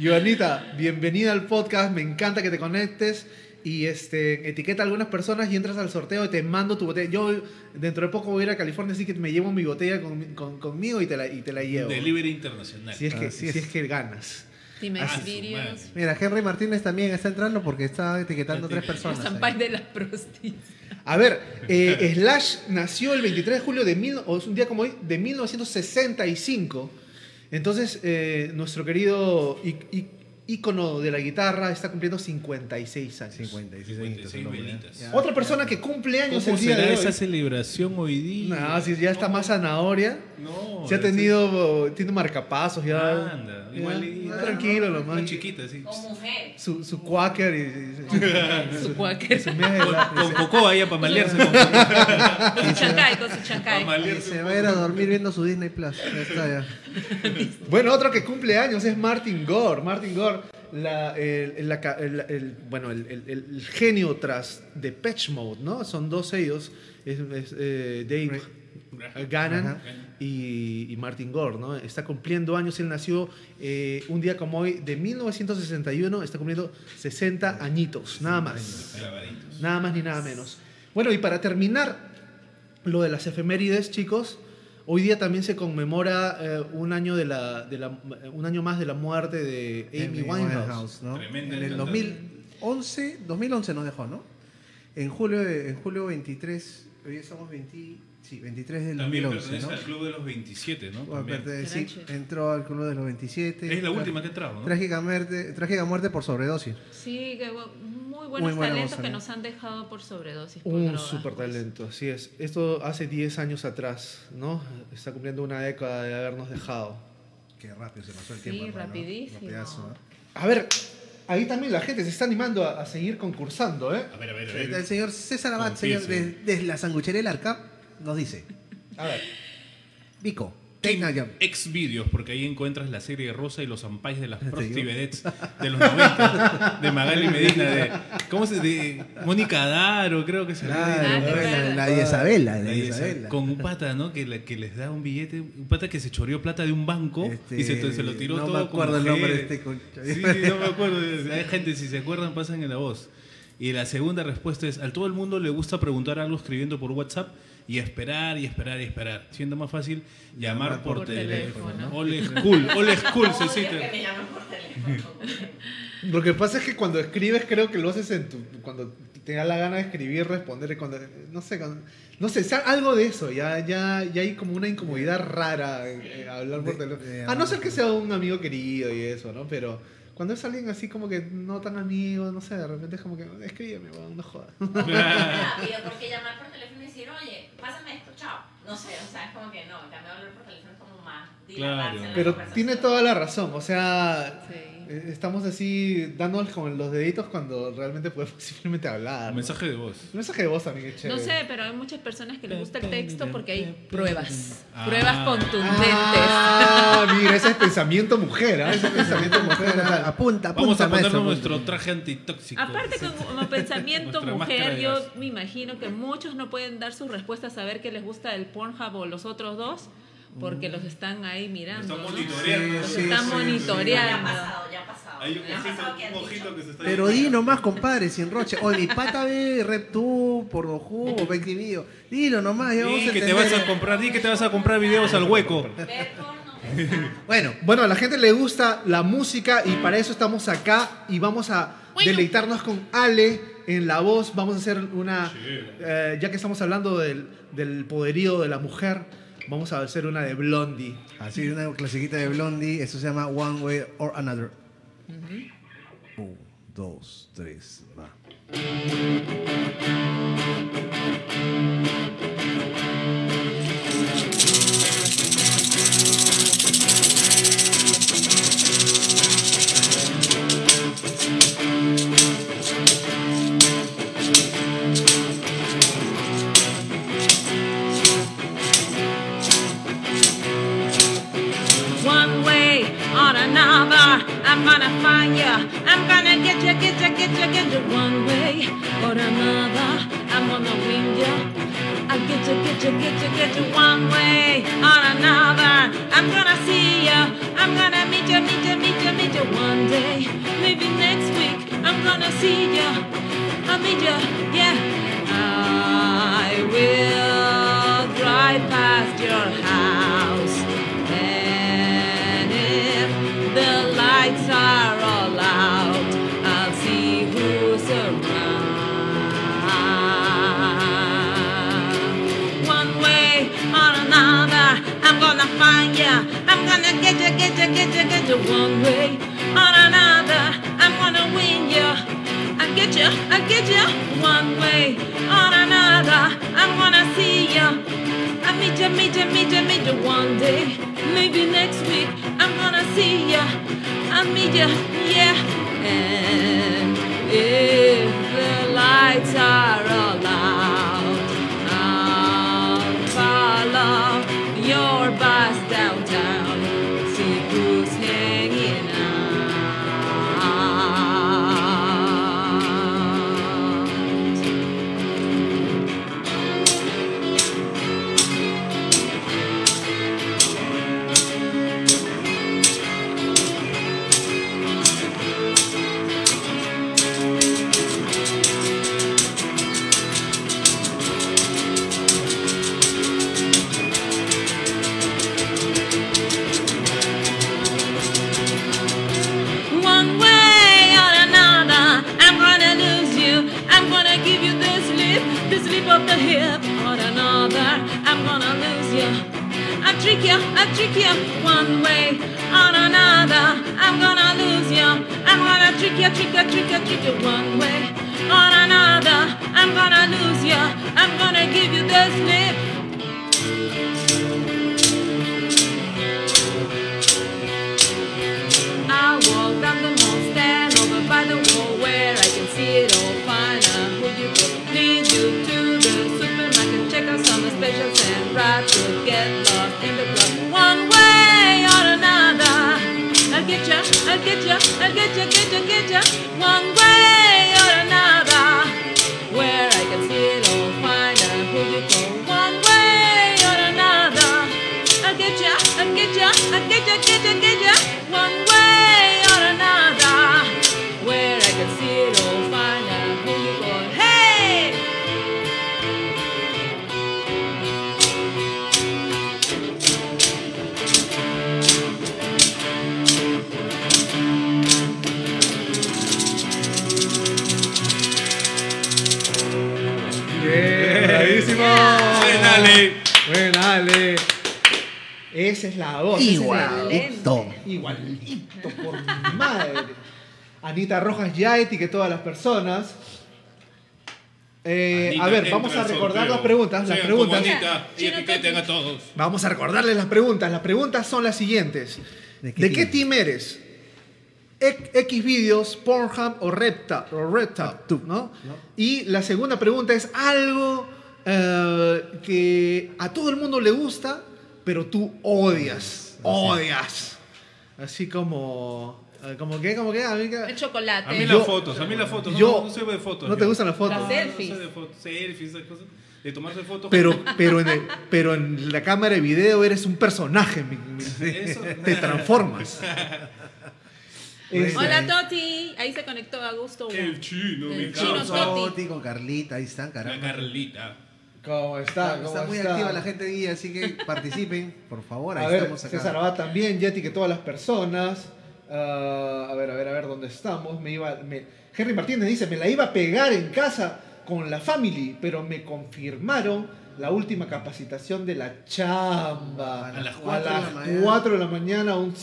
Speaker 5: Joanita, bienvenida al podcast. Me encanta que te conectes. Y este, etiqueta a algunas personas y entras al sorteo y te mando tu botella. Yo dentro de poco voy a ir a California, así que me llevo mi botella con- con- conmigo y te la, y te la llevo.
Speaker 1: Delivery internacional.
Speaker 5: Si es, que,
Speaker 6: Ah, Así es.
Speaker 5: si es que ganas.
Speaker 3: Si me
Speaker 1: Ah, su
Speaker 3: videos.
Speaker 1: madre.
Speaker 6: Mira, Henry Martínez también está entrando porque está etiquetando a tres personas. ahí.
Speaker 3: Zampay de las prostitutas.
Speaker 5: A ver, eh, Slash nació el 23 de julio de mil, o es un día como hoy, de 1965. Entonces, eh, nuestro querido í- í- ícono de la guitarra está cumpliendo 56 años.
Speaker 6: 56 añitos,
Speaker 1: 56
Speaker 6: el hombre. ¿eh?
Speaker 1: velitas.
Speaker 6: Ya.
Speaker 5: Otra persona que cumple años
Speaker 1: ¿Cómo
Speaker 5: el día
Speaker 1: será
Speaker 5: de hoy.
Speaker 1: esa celebración hoy día?
Speaker 5: No, si ya está más zanahoria.
Speaker 1: No.
Speaker 5: Se ha tenido, tiene marcapasos ya.
Speaker 1: Anda,
Speaker 5: Ya,
Speaker 1: igualita,
Speaker 5: no, tranquilo, lo más.
Speaker 1: Una chiquita, sí.
Speaker 3: mujer.
Speaker 5: Su, su quaker y, y-
Speaker 3: Su cuáquer.
Speaker 5: su
Speaker 3: Su
Speaker 1: Con,
Speaker 5: mela.
Speaker 1: con cocoa ahí para malearse. con-
Speaker 3: chancay, con su chancay.
Speaker 1: pa' malearse
Speaker 6: Y se
Speaker 1: un
Speaker 6: va a ir a dormir viendo su Disney Plus. Ya está, ya.
Speaker 5: Bueno, otro que cumple años es Martin Gore. Martin Gore, la, el, el- la ca- el- el- bueno, el, el- el- el genio tras Depeche Mode, ¿no? Son dos ellos, es, es, eh, Dave
Speaker 1: poco.
Speaker 5: Gannon
Speaker 6: Ajá.
Speaker 5: y, y Martin Gore, ¿no? Está cumpliendo años, él nació eh, un día como hoy de 1961, está cumpliendo 60 añitos, nada más.
Speaker 1: Clavaditos.
Speaker 5: Nada más ni nada menos. Bueno, y para terminar lo de las efemérides, chicos, hoy día también se conmemora eh, un, año de la, de la- eh, un año más de la muerte de Amy, Winehouse.
Speaker 6: ¿no?
Speaker 1: Tremenda
Speaker 6: En el
Speaker 1: cantante.
Speaker 6: 2011, 2011 nos dejó, ¿no? En julio, en julio 23, hoy estamos 20, sí, 23 del
Speaker 1: También
Speaker 6: 2011,
Speaker 1: pertenece
Speaker 6: ¿no?
Speaker 1: al club de los 27, ¿no?
Speaker 6: Bueno,
Speaker 1: También.
Speaker 6: aparte de- sí,
Speaker 3: Gran chico.
Speaker 6: entró al club de los 27.
Speaker 1: Es la última que ha entrado, ¿no?
Speaker 6: Trágica muerte, trágica muerte por sobredosis.
Speaker 3: Sí, que bu- muy buenos
Speaker 6: Muy buena
Speaker 3: talentos
Speaker 6: voz,
Speaker 3: que
Speaker 6: ¿no?
Speaker 3: nos han dejado por sobredosis. por
Speaker 5: Un
Speaker 3: drogas,
Speaker 5: super
Speaker 3: pues.
Speaker 5: talento, así es. Esto hace 10 años atrás, ¿no? Está cumpliendo una década de habernos dejado.
Speaker 6: Qué rápido se pasó el
Speaker 3: Sí,
Speaker 6: tiempo. hermano.
Speaker 3: rapidísimo.
Speaker 6: Rapidazo, ¿eh?
Speaker 5: A ver, ahí también la gente se está animando a, a seguir concursando, ¿eh?
Speaker 1: A ver, a ver, a
Speaker 6: Ahí está El
Speaker 1: ver.
Speaker 6: señor César Abad,
Speaker 1: Confíese.
Speaker 6: señor de, de la sanguchería del Arca, nos dice,
Speaker 5: A ver.
Speaker 6: Vico, Tecna Jam.
Speaker 1: Ex vídeos, porque ahí encuentras la serie rosa y los ampais de las
Speaker 6: digo.
Speaker 1: prosti vedettes de los 90, de Magali Medina, de, ¿cómo se de Mónica Daro, creo que se
Speaker 3: Ah,
Speaker 6: Claro,
Speaker 3: qué
Speaker 6: la,
Speaker 3: verdad.
Speaker 6: la de Isabela, la
Speaker 1: La
Speaker 6: de
Speaker 1: de esa-
Speaker 6: Isabela.
Speaker 1: Con un pata, ¿no? Que, la- que les da un billete, un pata que se choreó plata de un banco
Speaker 6: Este,
Speaker 1: y se, se lo tiró
Speaker 6: no me
Speaker 1: todo. con
Speaker 6: acuerdo el nombre de
Speaker 1: mujeres.
Speaker 6: este concha.
Speaker 1: Sí, sí, no me acuerdo. Hay gente, si se acuerdan, pasan en la voz. Y la segunda respuesta es: a todo el mundo le gusta preguntar algo escribiendo por WhatsApp y esperar y esperar y esperar. Siendo más fácil llamar por,
Speaker 3: por
Speaker 1: teléfono.
Speaker 3: teléfono.
Speaker 1: Old school, old school, se
Speaker 4: Odio
Speaker 1: cita.
Speaker 4: que me llamen por teléfono.
Speaker 5: Lo que pasa es que cuando escribes creo que lo haces en tu, cuando te da la gana de escribir, responder, cuando, no sé, cuando- no sé, sea algo de eso, ya, ya, ya hay como una incomodidad rara eh, eh, hablar por
Speaker 6: De-
Speaker 5: teléfono.
Speaker 6: de
Speaker 5: A no
Speaker 6: hablar
Speaker 5: ser
Speaker 6: por
Speaker 5: que sea un amigo querido y eso, ¿no? Pero cuando es alguien así como que no tan amigo, no sé, de repente es como que escríbeme, weón, no jodas.
Speaker 4: rápido, porque llamar por teléfono y decir, oye, pásame esto, chao. No sé, o sea, es como que no, en cambio hablar por teléfono es como más dilatarse
Speaker 1: Claro.
Speaker 4: en la
Speaker 5: Pero
Speaker 4: conversación.
Speaker 5: tiene toda la razón, o sea,
Speaker 3: Sí.
Speaker 5: eh, estamos así dándoles con los deditos cuando realmente podemos simplemente hablar.
Speaker 1: Un
Speaker 5: ¿no?
Speaker 1: mensaje de voz.
Speaker 5: Un mensaje de voz también, es
Speaker 3: No
Speaker 5: chévere.
Speaker 3: sé, pero hay muchas personas que les gusta el texto porque hay pruebas.
Speaker 1: Ah.
Speaker 3: Pruebas contundentes.
Speaker 5: Ah, mira, ese es pensamiento mujer, ¿ah? ese es pensamiento mujer.
Speaker 6: Apunta,
Speaker 5: total.
Speaker 6: apunta,
Speaker 1: Vamos a
Speaker 6: maestro,
Speaker 1: ponernos
Speaker 6: apunta.
Speaker 1: nuestro traje antitóxico.
Speaker 3: Aparte, que como pensamiento
Speaker 1: Nuestra máscara
Speaker 3: mujer,
Speaker 1: de
Speaker 3: yo
Speaker 1: gas.
Speaker 3: me imagino que muchos no pueden dar sus respuestas a saber qué les gusta del Pornhub o los otros dos, porque los están ahí mirando.
Speaker 1: Están
Speaker 3: ¿no?
Speaker 1: monitoreando.
Speaker 3: Los están
Speaker 6: Sí, sí, sí.
Speaker 4: Ya ha
Speaker 3: monitoreando.
Speaker 4: pasado, ya ha pasado.
Speaker 1: Hay un
Speaker 4: Ya ha pasado que han
Speaker 1: ojito, un ojito
Speaker 4: dicho,
Speaker 1: que se está
Speaker 6: Pero di nomás, compadre, sin roche. Oye, mi pata ve RepTube, Pornojú, Ventimidio. Dilo nomás, ya vamos
Speaker 1: Di
Speaker 6: a
Speaker 1: que te
Speaker 6: entender.
Speaker 1: vas a comprar, di que te vas a comprar videos al hueco.
Speaker 4: Ver porno pesado.
Speaker 6: Bueno,
Speaker 5: Bueno, a la gente le gusta la música y para eso estamos acá y vamos a deleitarnos con Ale en la voz. Vamos a hacer una, eh, ya que estamos hablando del, del poderío de la mujer, vamos a hacer una de Blondie.
Speaker 6: así una clasiquita de Blondie, eso se llama One Way or Another. Un, dos, tres, va.
Speaker 3: One way or another, I'm gonna find you. I'm gonna get you, get you, get you, get you. One way or another, I'm gonna win you. I'll get you, get you, get you, get you. One way or another, I'm gonna see you. I'm gonna meet you, meet you, meet you, meet you. One day, maybe next week, I'm gonna see you. I'll meet you, yeah. I will drive past your house. And if the lights are all out, I'll see who's around. One way or another, I'm gonna find ya. I'm gonna get ya, get ya, get ya, get ya. One way or another, I'm gonna win ya. I get you, I get you one way or another. I'm gonna see you. I meet you, meet you, meet you, meet you one day. Maybe next week I'm gonna see you. I meet you, yeah. And if the lights are all out, I'll follow your bus downtown. See who's hanging out. One way or another, I'm gonna lose you. I'm gonna give you this slip, this slip of the hip. Or another, I'm gonna lose you. I trick you, I trick you. One way or another, I'm gonna lose you. I'm gonna trick you, trick you, trick you, trick you. One way or another, I'm gonna lose you. I'm gonna give you the slip. I walk down the mall, stand over by the wall where I can see it all fine. I would you go? Lead you to the supermarket, check out some specials and try to get lost in the club. One I'll get ya, get ya, get ya, one way or another. Where I can see it all, find out who you go, one way or another. I'll get ya, I'll get ya, I'll get ya, get ya, get ya, one way or another. Where I can see it all, find out who you go, hey!
Speaker 5: Bien, bravísimo.
Speaker 1: Ven, dale.
Speaker 5: Bien, Ale. Esa es la
Speaker 3: Pues
Speaker 5: voz. esa es la
Speaker 6: Igualito.
Speaker 5: Igualito, por mi madre. Anita Rojas ya etiquetó a las personas. Eh,
Speaker 1: Anita,
Speaker 5: a ver,
Speaker 1: entra
Speaker 5: vamos a
Speaker 1: al
Speaker 5: recordar
Speaker 1: sorteo.
Speaker 5: las preguntas. Las
Speaker 1: Sean
Speaker 5: preguntas.
Speaker 1: como Anita y
Speaker 3: Chino
Speaker 1: etiqueten a todos.
Speaker 5: Vamos a recordarles las preguntas. Las preguntas son las siguientes. ¿De
Speaker 6: ¿De
Speaker 5: qué,
Speaker 6: qué
Speaker 5: team? eres? X Xvideos, Pornhub o RepTap, o RedTap, Ah, ¿no? Y la segunda pregunta es algo eh, que a todo el mundo le gusta, pero tú odias, odias. Así como, eh, como que, como que, a mí que-
Speaker 3: El chocolate.
Speaker 1: A mí
Speaker 5: Yo-
Speaker 1: las fotos, a mí las fotos.
Speaker 5: yo-
Speaker 1: no, no soy de fotos.
Speaker 5: ¿no te
Speaker 1: yo.
Speaker 5: gustan las fotos?
Speaker 1: No,
Speaker 3: Las selfies.
Speaker 1: No, soy de fotos. Selfies, esas cosas. De tomarse fotos.
Speaker 5: Pero, pero, en el- pero en la cámara de video eres un personaje, mi- mi-
Speaker 1: Eso.
Speaker 5: te transformas. Este-
Speaker 3: Hola Toti, ahí se conectó Augusto.
Speaker 1: El chino,
Speaker 3: El
Speaker 1: mi
Speaker 3: chino
Speaker 1: causa.
Speaker 3: Totti.
Speaker 6: con Carlita, ahí están,
Speaker 1: La
Speaker 6: caramba.
Speaker 1: Carlita.
Speaker 5: ¿Cómo está?
Speaker 6: Está,
Speaker 5: ¿Cómo
Speaker 6: está muy activa la gente hoy, así que participen, por favor, ahí
Speaker 5: a ver,
Speaker 6: estamos acá.
Speaker 5: César Abad también, ya etiquetó a las personas. Ah, a ver, a ver, a ver, ¿dónde estamos? Me iba, me- Henry Martínez dice, me la iba a pegar en casa con la family, pero me confirmaron la última capacitación de la chamba.
Speaker 1: A las
Speaker 6: cuatro de la mañana.
Speaker 5: 4 de la mañana, un-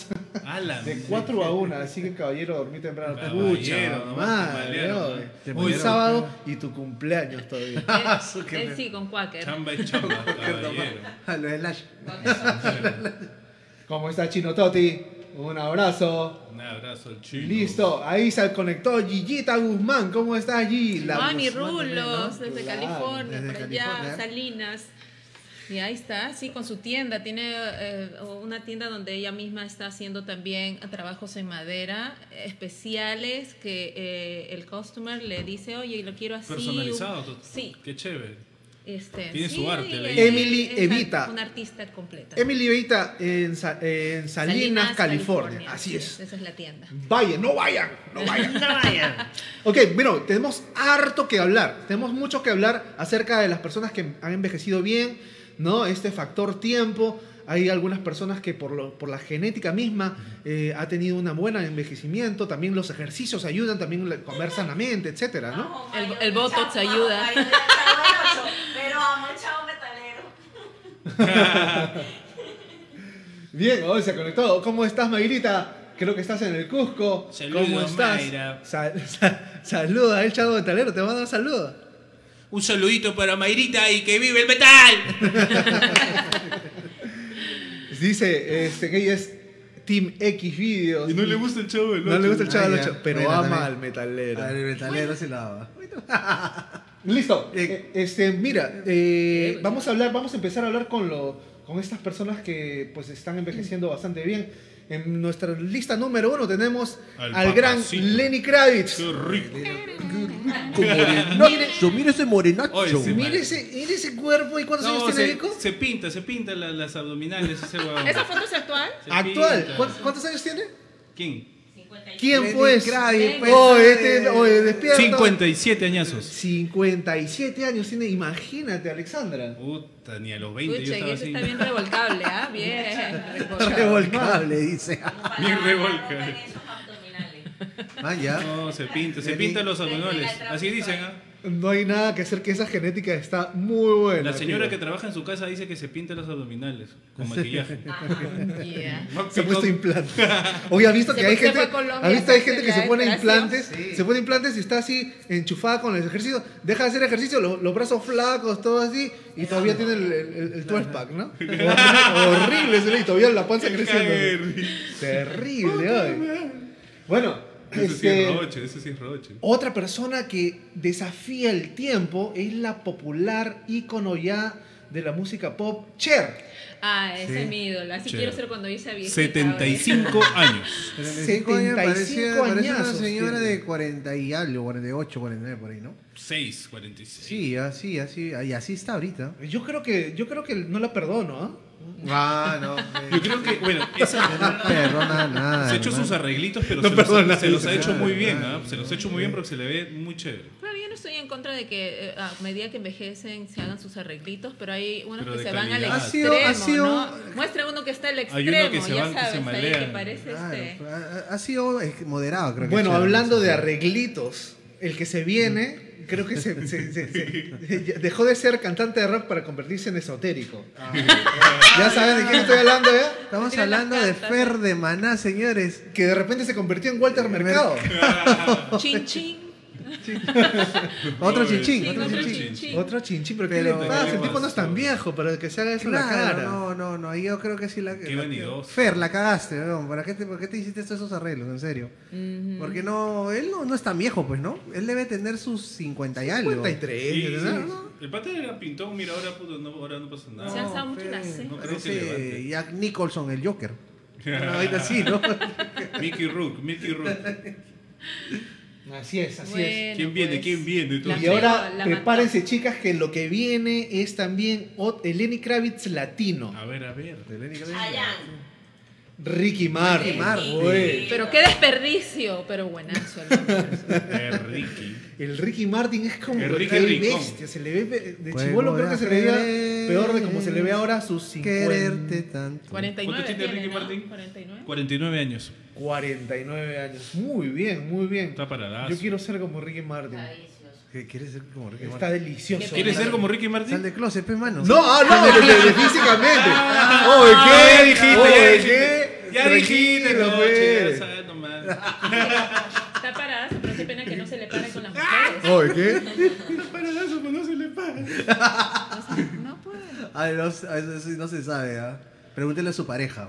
Speaker 1: A la
Speaker 5: de
Speaker 1: mierda.
Speaker 5: 4 a 1, así que caballero, dormí temprano.
Speaker 1: Caballero,
Speaker 5: Pucha,
Speaker 1: nomás,
Speaker 5: madre,
Speaker 1: caballero,
Speaker 5: oye.
Speaker 1: ¿no?
Speaker 6: Te
Speaker 5: Hoy
Speaker 6: mandaron-
Speaker 5: sábado y tu cumpleaños todavía.
Speaker 3: Ah,
Speaker 6: su que
Speaker 3: Él
Speaker 6: me-
Speaker 3: sí, con Quaker.
Speaker 1: Chamba es chamba, caballero.
Speaker 6: A Ah, lo de Lash.
Speaker 5: ¿Cómo está Chino Totti? Un abrazo.
Speaker 1: Un abrazo al chino.
Speaker 5: Listo, ahí se conectó Gillita Guzmán. ¿Cómo está allí?
Speaker 3: Ay, mi
Speaker 6: Guzmán también,
Speaker 3: Ah, Rulos,
Speaker 6: ¿no?
Speaker 3: desde
Speaker 5: Claro,
Speaker 3: California,
Speaker 6: desde
Speaker 3: por allá,
Speaker 6: California.
Speaker 3: Salinas. Y ahí está, sí, con su tienda. Tiene eh, una tienda donde ella misma está haciendo también trabajos en madera eh, especiales que eh, el customer le dice, oye, lo quiero así.
Speaker 1: Personalizado.
Speaker 3: un-
Speaker 1: tú-
Speaker 3: Sí.
Speaker 1: Qué chévere.
Speaker 3: Este,
Speaker 1: Tiene su
Speaker 3: sí,
Speaker 1: arte, la
Speaker 3: eh,
Speaker 1: idea.
Speaker 5: Emily
Speaker 3: es ar-
Speaker 5: Evita.
Speaker 3: Una artista completa.
Speaker 5: Emily Beita en, Sa- en Salinas, California. Así es.
Speaker 3: Esa es la tienda.
Speaker 5: Vayan, no vayan, no vayan. no vayan. Ok, bueno, tenemos harto que hablar. Tenemos mucho que hablar acerca de las personas que han envejecido bien, ¿no? Este factor tiempo. Hay algunas personas que por, lo- por la genética misma eh, ha tenido un buen envejecimiento. También los ejercicios ayudan, también la- comer sanamente, etcétera, ¿no?
Speaker 4: El,
Speaker 3: El- el Botox ayuda.
Speaker 4: Pero amo el chavo metalero.
Speaker 5: Bien, hoy se conectó. ¿Cómo estás, Mayrita? Creo que estás en el Cusco.
Speaker 1: Saludos,
Speaker 5: ¿Cómo estás?
Speaker 1: Mayra.
Speaker 5: Sal- sal- saluda, el chavo metalero te va a dar saludos.
Speaker 1: Un saludito para Mayrita y que vive el metal.
Speaker 5: Dice este, que ella es Team X Videos.
Speaker 1: Y no le gusta el chavo del
Speaker 5: No le gusta el chavo
Speaker 6: Ah,
Speaker 5: del
Speaker 6: ya.
Speaker 5: Ocho, pero
Speaker 6: Bueno,
Speaker 5: ama
Speaker 6: también.
Speaker 5: al metalero.
Speaker 6: A ver, el metalero se lava.
Speaker 5: Listo.
Speaker 6: Eh,
Speaker 5: Eh, este, mira, eh, vamos a hablar, vamos a empezar a hablar con lo, con estas personas que pues están envejeciendo bastante bien. En nuestra lista número uno tenemos al,
Speaker 1: Al
Speaker 5: gran
Speaker 1: papacito.
Speaker 5: Lenny Kravitz.
Speaker 1: Qué rico.
Speaker 6: Morenacho, mira ese morenacho.
Speaker 1: Oye, sí,
Speaker 5: Mira
Speaker 1: madre.
Speaker 5: ese, mira ese cuerpo y cuántos
Speaker 1: No,
Speaker 5: años tiene
Speaker 1: se,
Speaker 5: Vico?
Speaker 1: se pinta, se pinta la- las abdominales ese huevón.
Speaker 3: ¿Esa foto es actual?
Speaker 1: Se
Speaker 5: Actual.
Speaker 1: pinta.
Speaker 5: ¿Cuán- ¿Cuántos años tiene?
Speaker 1: ¿Quién?
Speaker 4: 51.
Speaker 5: ¿Quién
Speaker 6: Lenny
Speaker 5: pues?
Speaker 6: Kravitz,
Speaker 3: pues.
Speaker 5: Oh,
Speaker 1: eh,
Speaker 5: este, oh, despierta.
Speaker 1: 57 añazos.
Speaker 5: 57 años tiene, imagínate, Alexandra.
Speaker 1: Puta, ni a los 20
Speaker 3: Escucha,
Speaker 1: yo
Speaker 3: y
Speaker 1: estaba
Speaker 3: ese
Speaker 1: así.
Speaker 3: está bien revolcable, ¿ah? Bien. revolcable.
Speaker 6: Revolcable, dice.
Speaker 1: Bien revolca.
Speaker 4: No rompen esos abdominales.
Speaker 6: Ah, ya.
Speaker 1: No, se pinta, se
Speaker 6: Lenny-
Speaker 1: pinta los
Speaker 4: Lenny la
Speaker 1: abdominales.
Speaker 4: trapo
Speaker 1: Así
Speaker 4: y
Speaker 1: dicen,
Speaker 4: todo.
Speaker 1: ¿ah?
Speaker 5: No hay nada que hacer que esa genética está muy buena.
Speaker 1: La señora que
Speaker 5: tío.
Speaker 1: trabaja en su casa dice que se pinta los abdominales con maquillaje.
Speaker 3: Ah, Yeah.
Speaker 5: se ha puesto implantes. Hoy has visto
Speaker 3: Se
Speaker 5: que hay
Speaker 3: fue- se
Speaker 5: gente,
Speaker 3: fue a Colombia ¿eh?
Speaker 5: ¿has visto? hay
Speaker 3: a
Speaker 5: gente que
Speaker 3: hacerse
Speaker 5: se
Speaker 3: la
Speaker 5: pone
Speaker 3: operación.
Speaker 5: implantes, se pone implantes y está así enchufada con el ejercicio, deja de hacer ejercicio, lo- los brazos flacos, todo así y todavía tiene el, el, el- el 12 pack, ¿no? Horrible, ese, y todavía la panza creciendo. Terrible, oye. Bueno,
Speaker 1: Ese sí es
Speaker 5: este,
Speaker 1: roche, ese sí es roche.
Speaker 5: Otra persona que desafía el tiempo es la popular ícono ya de la música pop, Cher.
Speaker 3: Ah, ese
Speaker 6: Sí.
Speaker 3: es mi ídolo. Así
Speaker 1: Chévere.
Speaker 3: quiero ser cuando yo sea vieja.
Speaker 1: 75 años.
Speaker 5: 75
Speaker 6: años, parecía, parecía una
Speaker 5: añazos
Speaker 6: señora
Speaker 5: tiene.
Speaker 6: de 40 y algo, 48, 49 por ahí, ¿no?
Speaker 1: 6, 46.
Speaker 6: Sí, así, así, y así está ahorita.
Speaker 5: Yo creo que, yo creo que no la perdono, ¿ah? eh.
Speaker 6: Ah, no.
Speaker 1: Yo creo que, bueno, esa,
Speaker 6: perdona nada.
Speaker 1: se ha hecho
Speaker 6: Ah, hermano.
Speaker 1: sus arreglitos, pero
Speaker 5: No,
Speaker 1: se, los,
Speaker 5: perdona.
Speaker 1: ha- se los ha hecho
Speaker 6: Claro,
Speaker 1: muy bien.
Speaker 6: claro,
Speaker 1: ¿ah? Se los ha hecho muy bien porque se le ve muy chévere.
Speaker 3: Claro, yo no estoy en contra de que eh, a medida que envejecen se hagan sus arreglitos, pero hay unos
Speaker 1: Pero
Speaker 3: que
Speaker 1: de
Speaker 3: se van al
Speaker 1: calidad.
Speaker 3: extremo,
Speaker 1: Ha
Speaker 6: sido- ha sido-
Speaker 3: ¿no? Muestra uno que está al
Speaker 1: uno
Speaker 3: extremo,
Speaker 1: que se
Speaker 3: ya
Speaker 1: van, que se
Speaker 3: sabes, ahí que
Speaker 1: malean.
Speaker 3: parece
Speaker 6: Claro,
Speaker 3: este...
Speaker 6: ha, ha sido eh, moderado, creo que
Speaker 5: Bueno,
Speaker 6: Cher,
Speaker 5: hablando
Speaker 6: sí. Mm.
Speaker 5: de arreglitos, el que se viene, creo que se, se- se- se- dejó de ser cantante de rock para convertirse en esotérico.
Speaker 6: Ah,
Speaker 5: ya sabes de quién estoy hablando, ¿ya?
Speaker 6: Estamos
Speaker 3: Mira las
Speaker 6: hablando de
Speaker 3: cartas. ¿eh?
Speaker 6: Fer de Maná, señores.
Speaker 5: Que de repente se convirtió en
Speaker 6: Eh,
Speaker 5: Walter Mercado.
Speaker 3: Chin, chin.
Speaker 6: Otro
Speaker 1: Pobre.
Speaker 6: chinchín,
Speaker 1: Sí,
Speaker 6: otro
Speaker 1: otro
Speaker 6: chinchín.
Speaker 3: chinchín.
Speaker 5: Otro chinchín, pero ¿qué
Speaker 6: Pero-
Speaker 5: le pasa? El
Speaker 1: Pero-
Speaker 5: tipo no es tan viejo para que se haga eso en la
Speaker 6: Claro,
Speaker 5: cara.
Speaker 6: no, no, no. ahí Yo creo que sí la.
Speaker 1: Qué
Speaker 6: la-
Speaker 1: vanidoso.
Speaker 6: Fer, la cagaste, weón. ¿Para qué te, ¿Por qué te hiciste todos esos arreglos, en serio?
Speaker 3: Mm.
Speaker 6: Porque no. Él no, no es tan viejo, pues, ¿no? Él debe tener sus 50 y algo.
Speaker 5: 53,
Speaker 1: Y-
Speaker 5: ¿verdad?
Speaker 1: sí, El pata era pintón, mira, ahora, puto, no, ahora no pasa
Speaker 3: Se han
Speaker 1: nada.
Speaker 3: usado mucho
Speaker 6: Fer,
Speaker 3: las cejas.
Speaker 1: No creo que
Speaker 6: Parece
Speaker 1: levante.
Speaker 6: Jack Nicholson, el Joker. Una vaina así, ¿no?
Speaker 1: Mickey Rook, Mickey Rook.
Speaker 5: Así es, así es.
Speaker 3: Bueno,
Speaker 1: ¿Quién viene?
Speaker 3: pues.
Speaker 1: ¿Quién viene?
Speaker 3: La
Speaker 5: Y
Speaker 1: Entonces,
Speaker 3: feo,
Speaker 5: ahora
Speaker 3: la
Speaker 5: prepárense chicas que lo que viene es también Ot- el Lenny Kravitz latino.
Speaker 1: a ver, a ver.
Speaker 3: Ah,
Speaker 6: Ah,
Speaker 4: Chayanne.
Speaker 5: Ricky Martin.
Speaker 6: Ricky
Speaker 4: Ah,
Speaker 6: Martin.
Speaker 5: Uy.
Speaker 3: Pero qué desperdicio, pero buenazo. el hombre.
Speaker 1: Eh, Ricky.
Speaker 5: El Ricky Martin es como
Speaker 1: El
Speaker 5: que
Speaker 1: Ricky
Speaker 5: hay
Speaker 1: Rincón.
Speaker 5: bestia, se le ve pe- de
Speaker 6: Puedo
Speaker 5: chivolo creo que se le veía
Speaker 6: aprender
Speaker 5: peor de como se le ve ahora a sus 50,
Speaker 6: Quererte tanto.
Speaker 3: 49
Speaker 1: ¿Cuánto tiene Ricky
Speaker 3: ¿no?
Speaker 1: Martin?
Speaker 3: 49.
Speaker 1: 49 años.
Speaker 5: 49 años. Muy bien, muy bien.
Speaker 1: Está paradazo.
Speaker 5: Yo quiero ser como Ricky Martin.
Speaker 4: Está delicioso.
Speaker 6: ¿Qué- ¿Quieres ser como Ricky
Speaker 5: Está
Speaker 6: Martin?
Speaker 5: delicioso.
Speaker 1: ¿Quieres ser como Ricky
Speaker 6: Sal
Speaker 1: Martin?
Speaker 6: de closet, pues, mano.
Speaker 5: No, ah, no, de, de- de físicamente.
Speaker 6: Ah.
Speaker 5: Oye,
Speaker 1: ya
Speaker 5: ¿qué?
Speaker 1: dijiste,
Speaker 5: Oye,
Speaker 1: ya
Speaker 5: ¿qué?
Speaker 1: dijiste. Ya dijiste,
Speaker 5: Tranquilo,
Speaker 1: no,
Speaker 5: pues.
Speaker 1: che, ya sabes nomás.
Speaker 3: Está paradazo, pero qué pena que no se le pare con las mujeres.
Speaker 5: Oye, ¿qué?
Speaker 1: Está paradazo, pues no se le paga.
Speaker 3: No puede.
Speaker 6: A los- a eso sí no se sabe, ¿ah? Pregúntele a su pareja.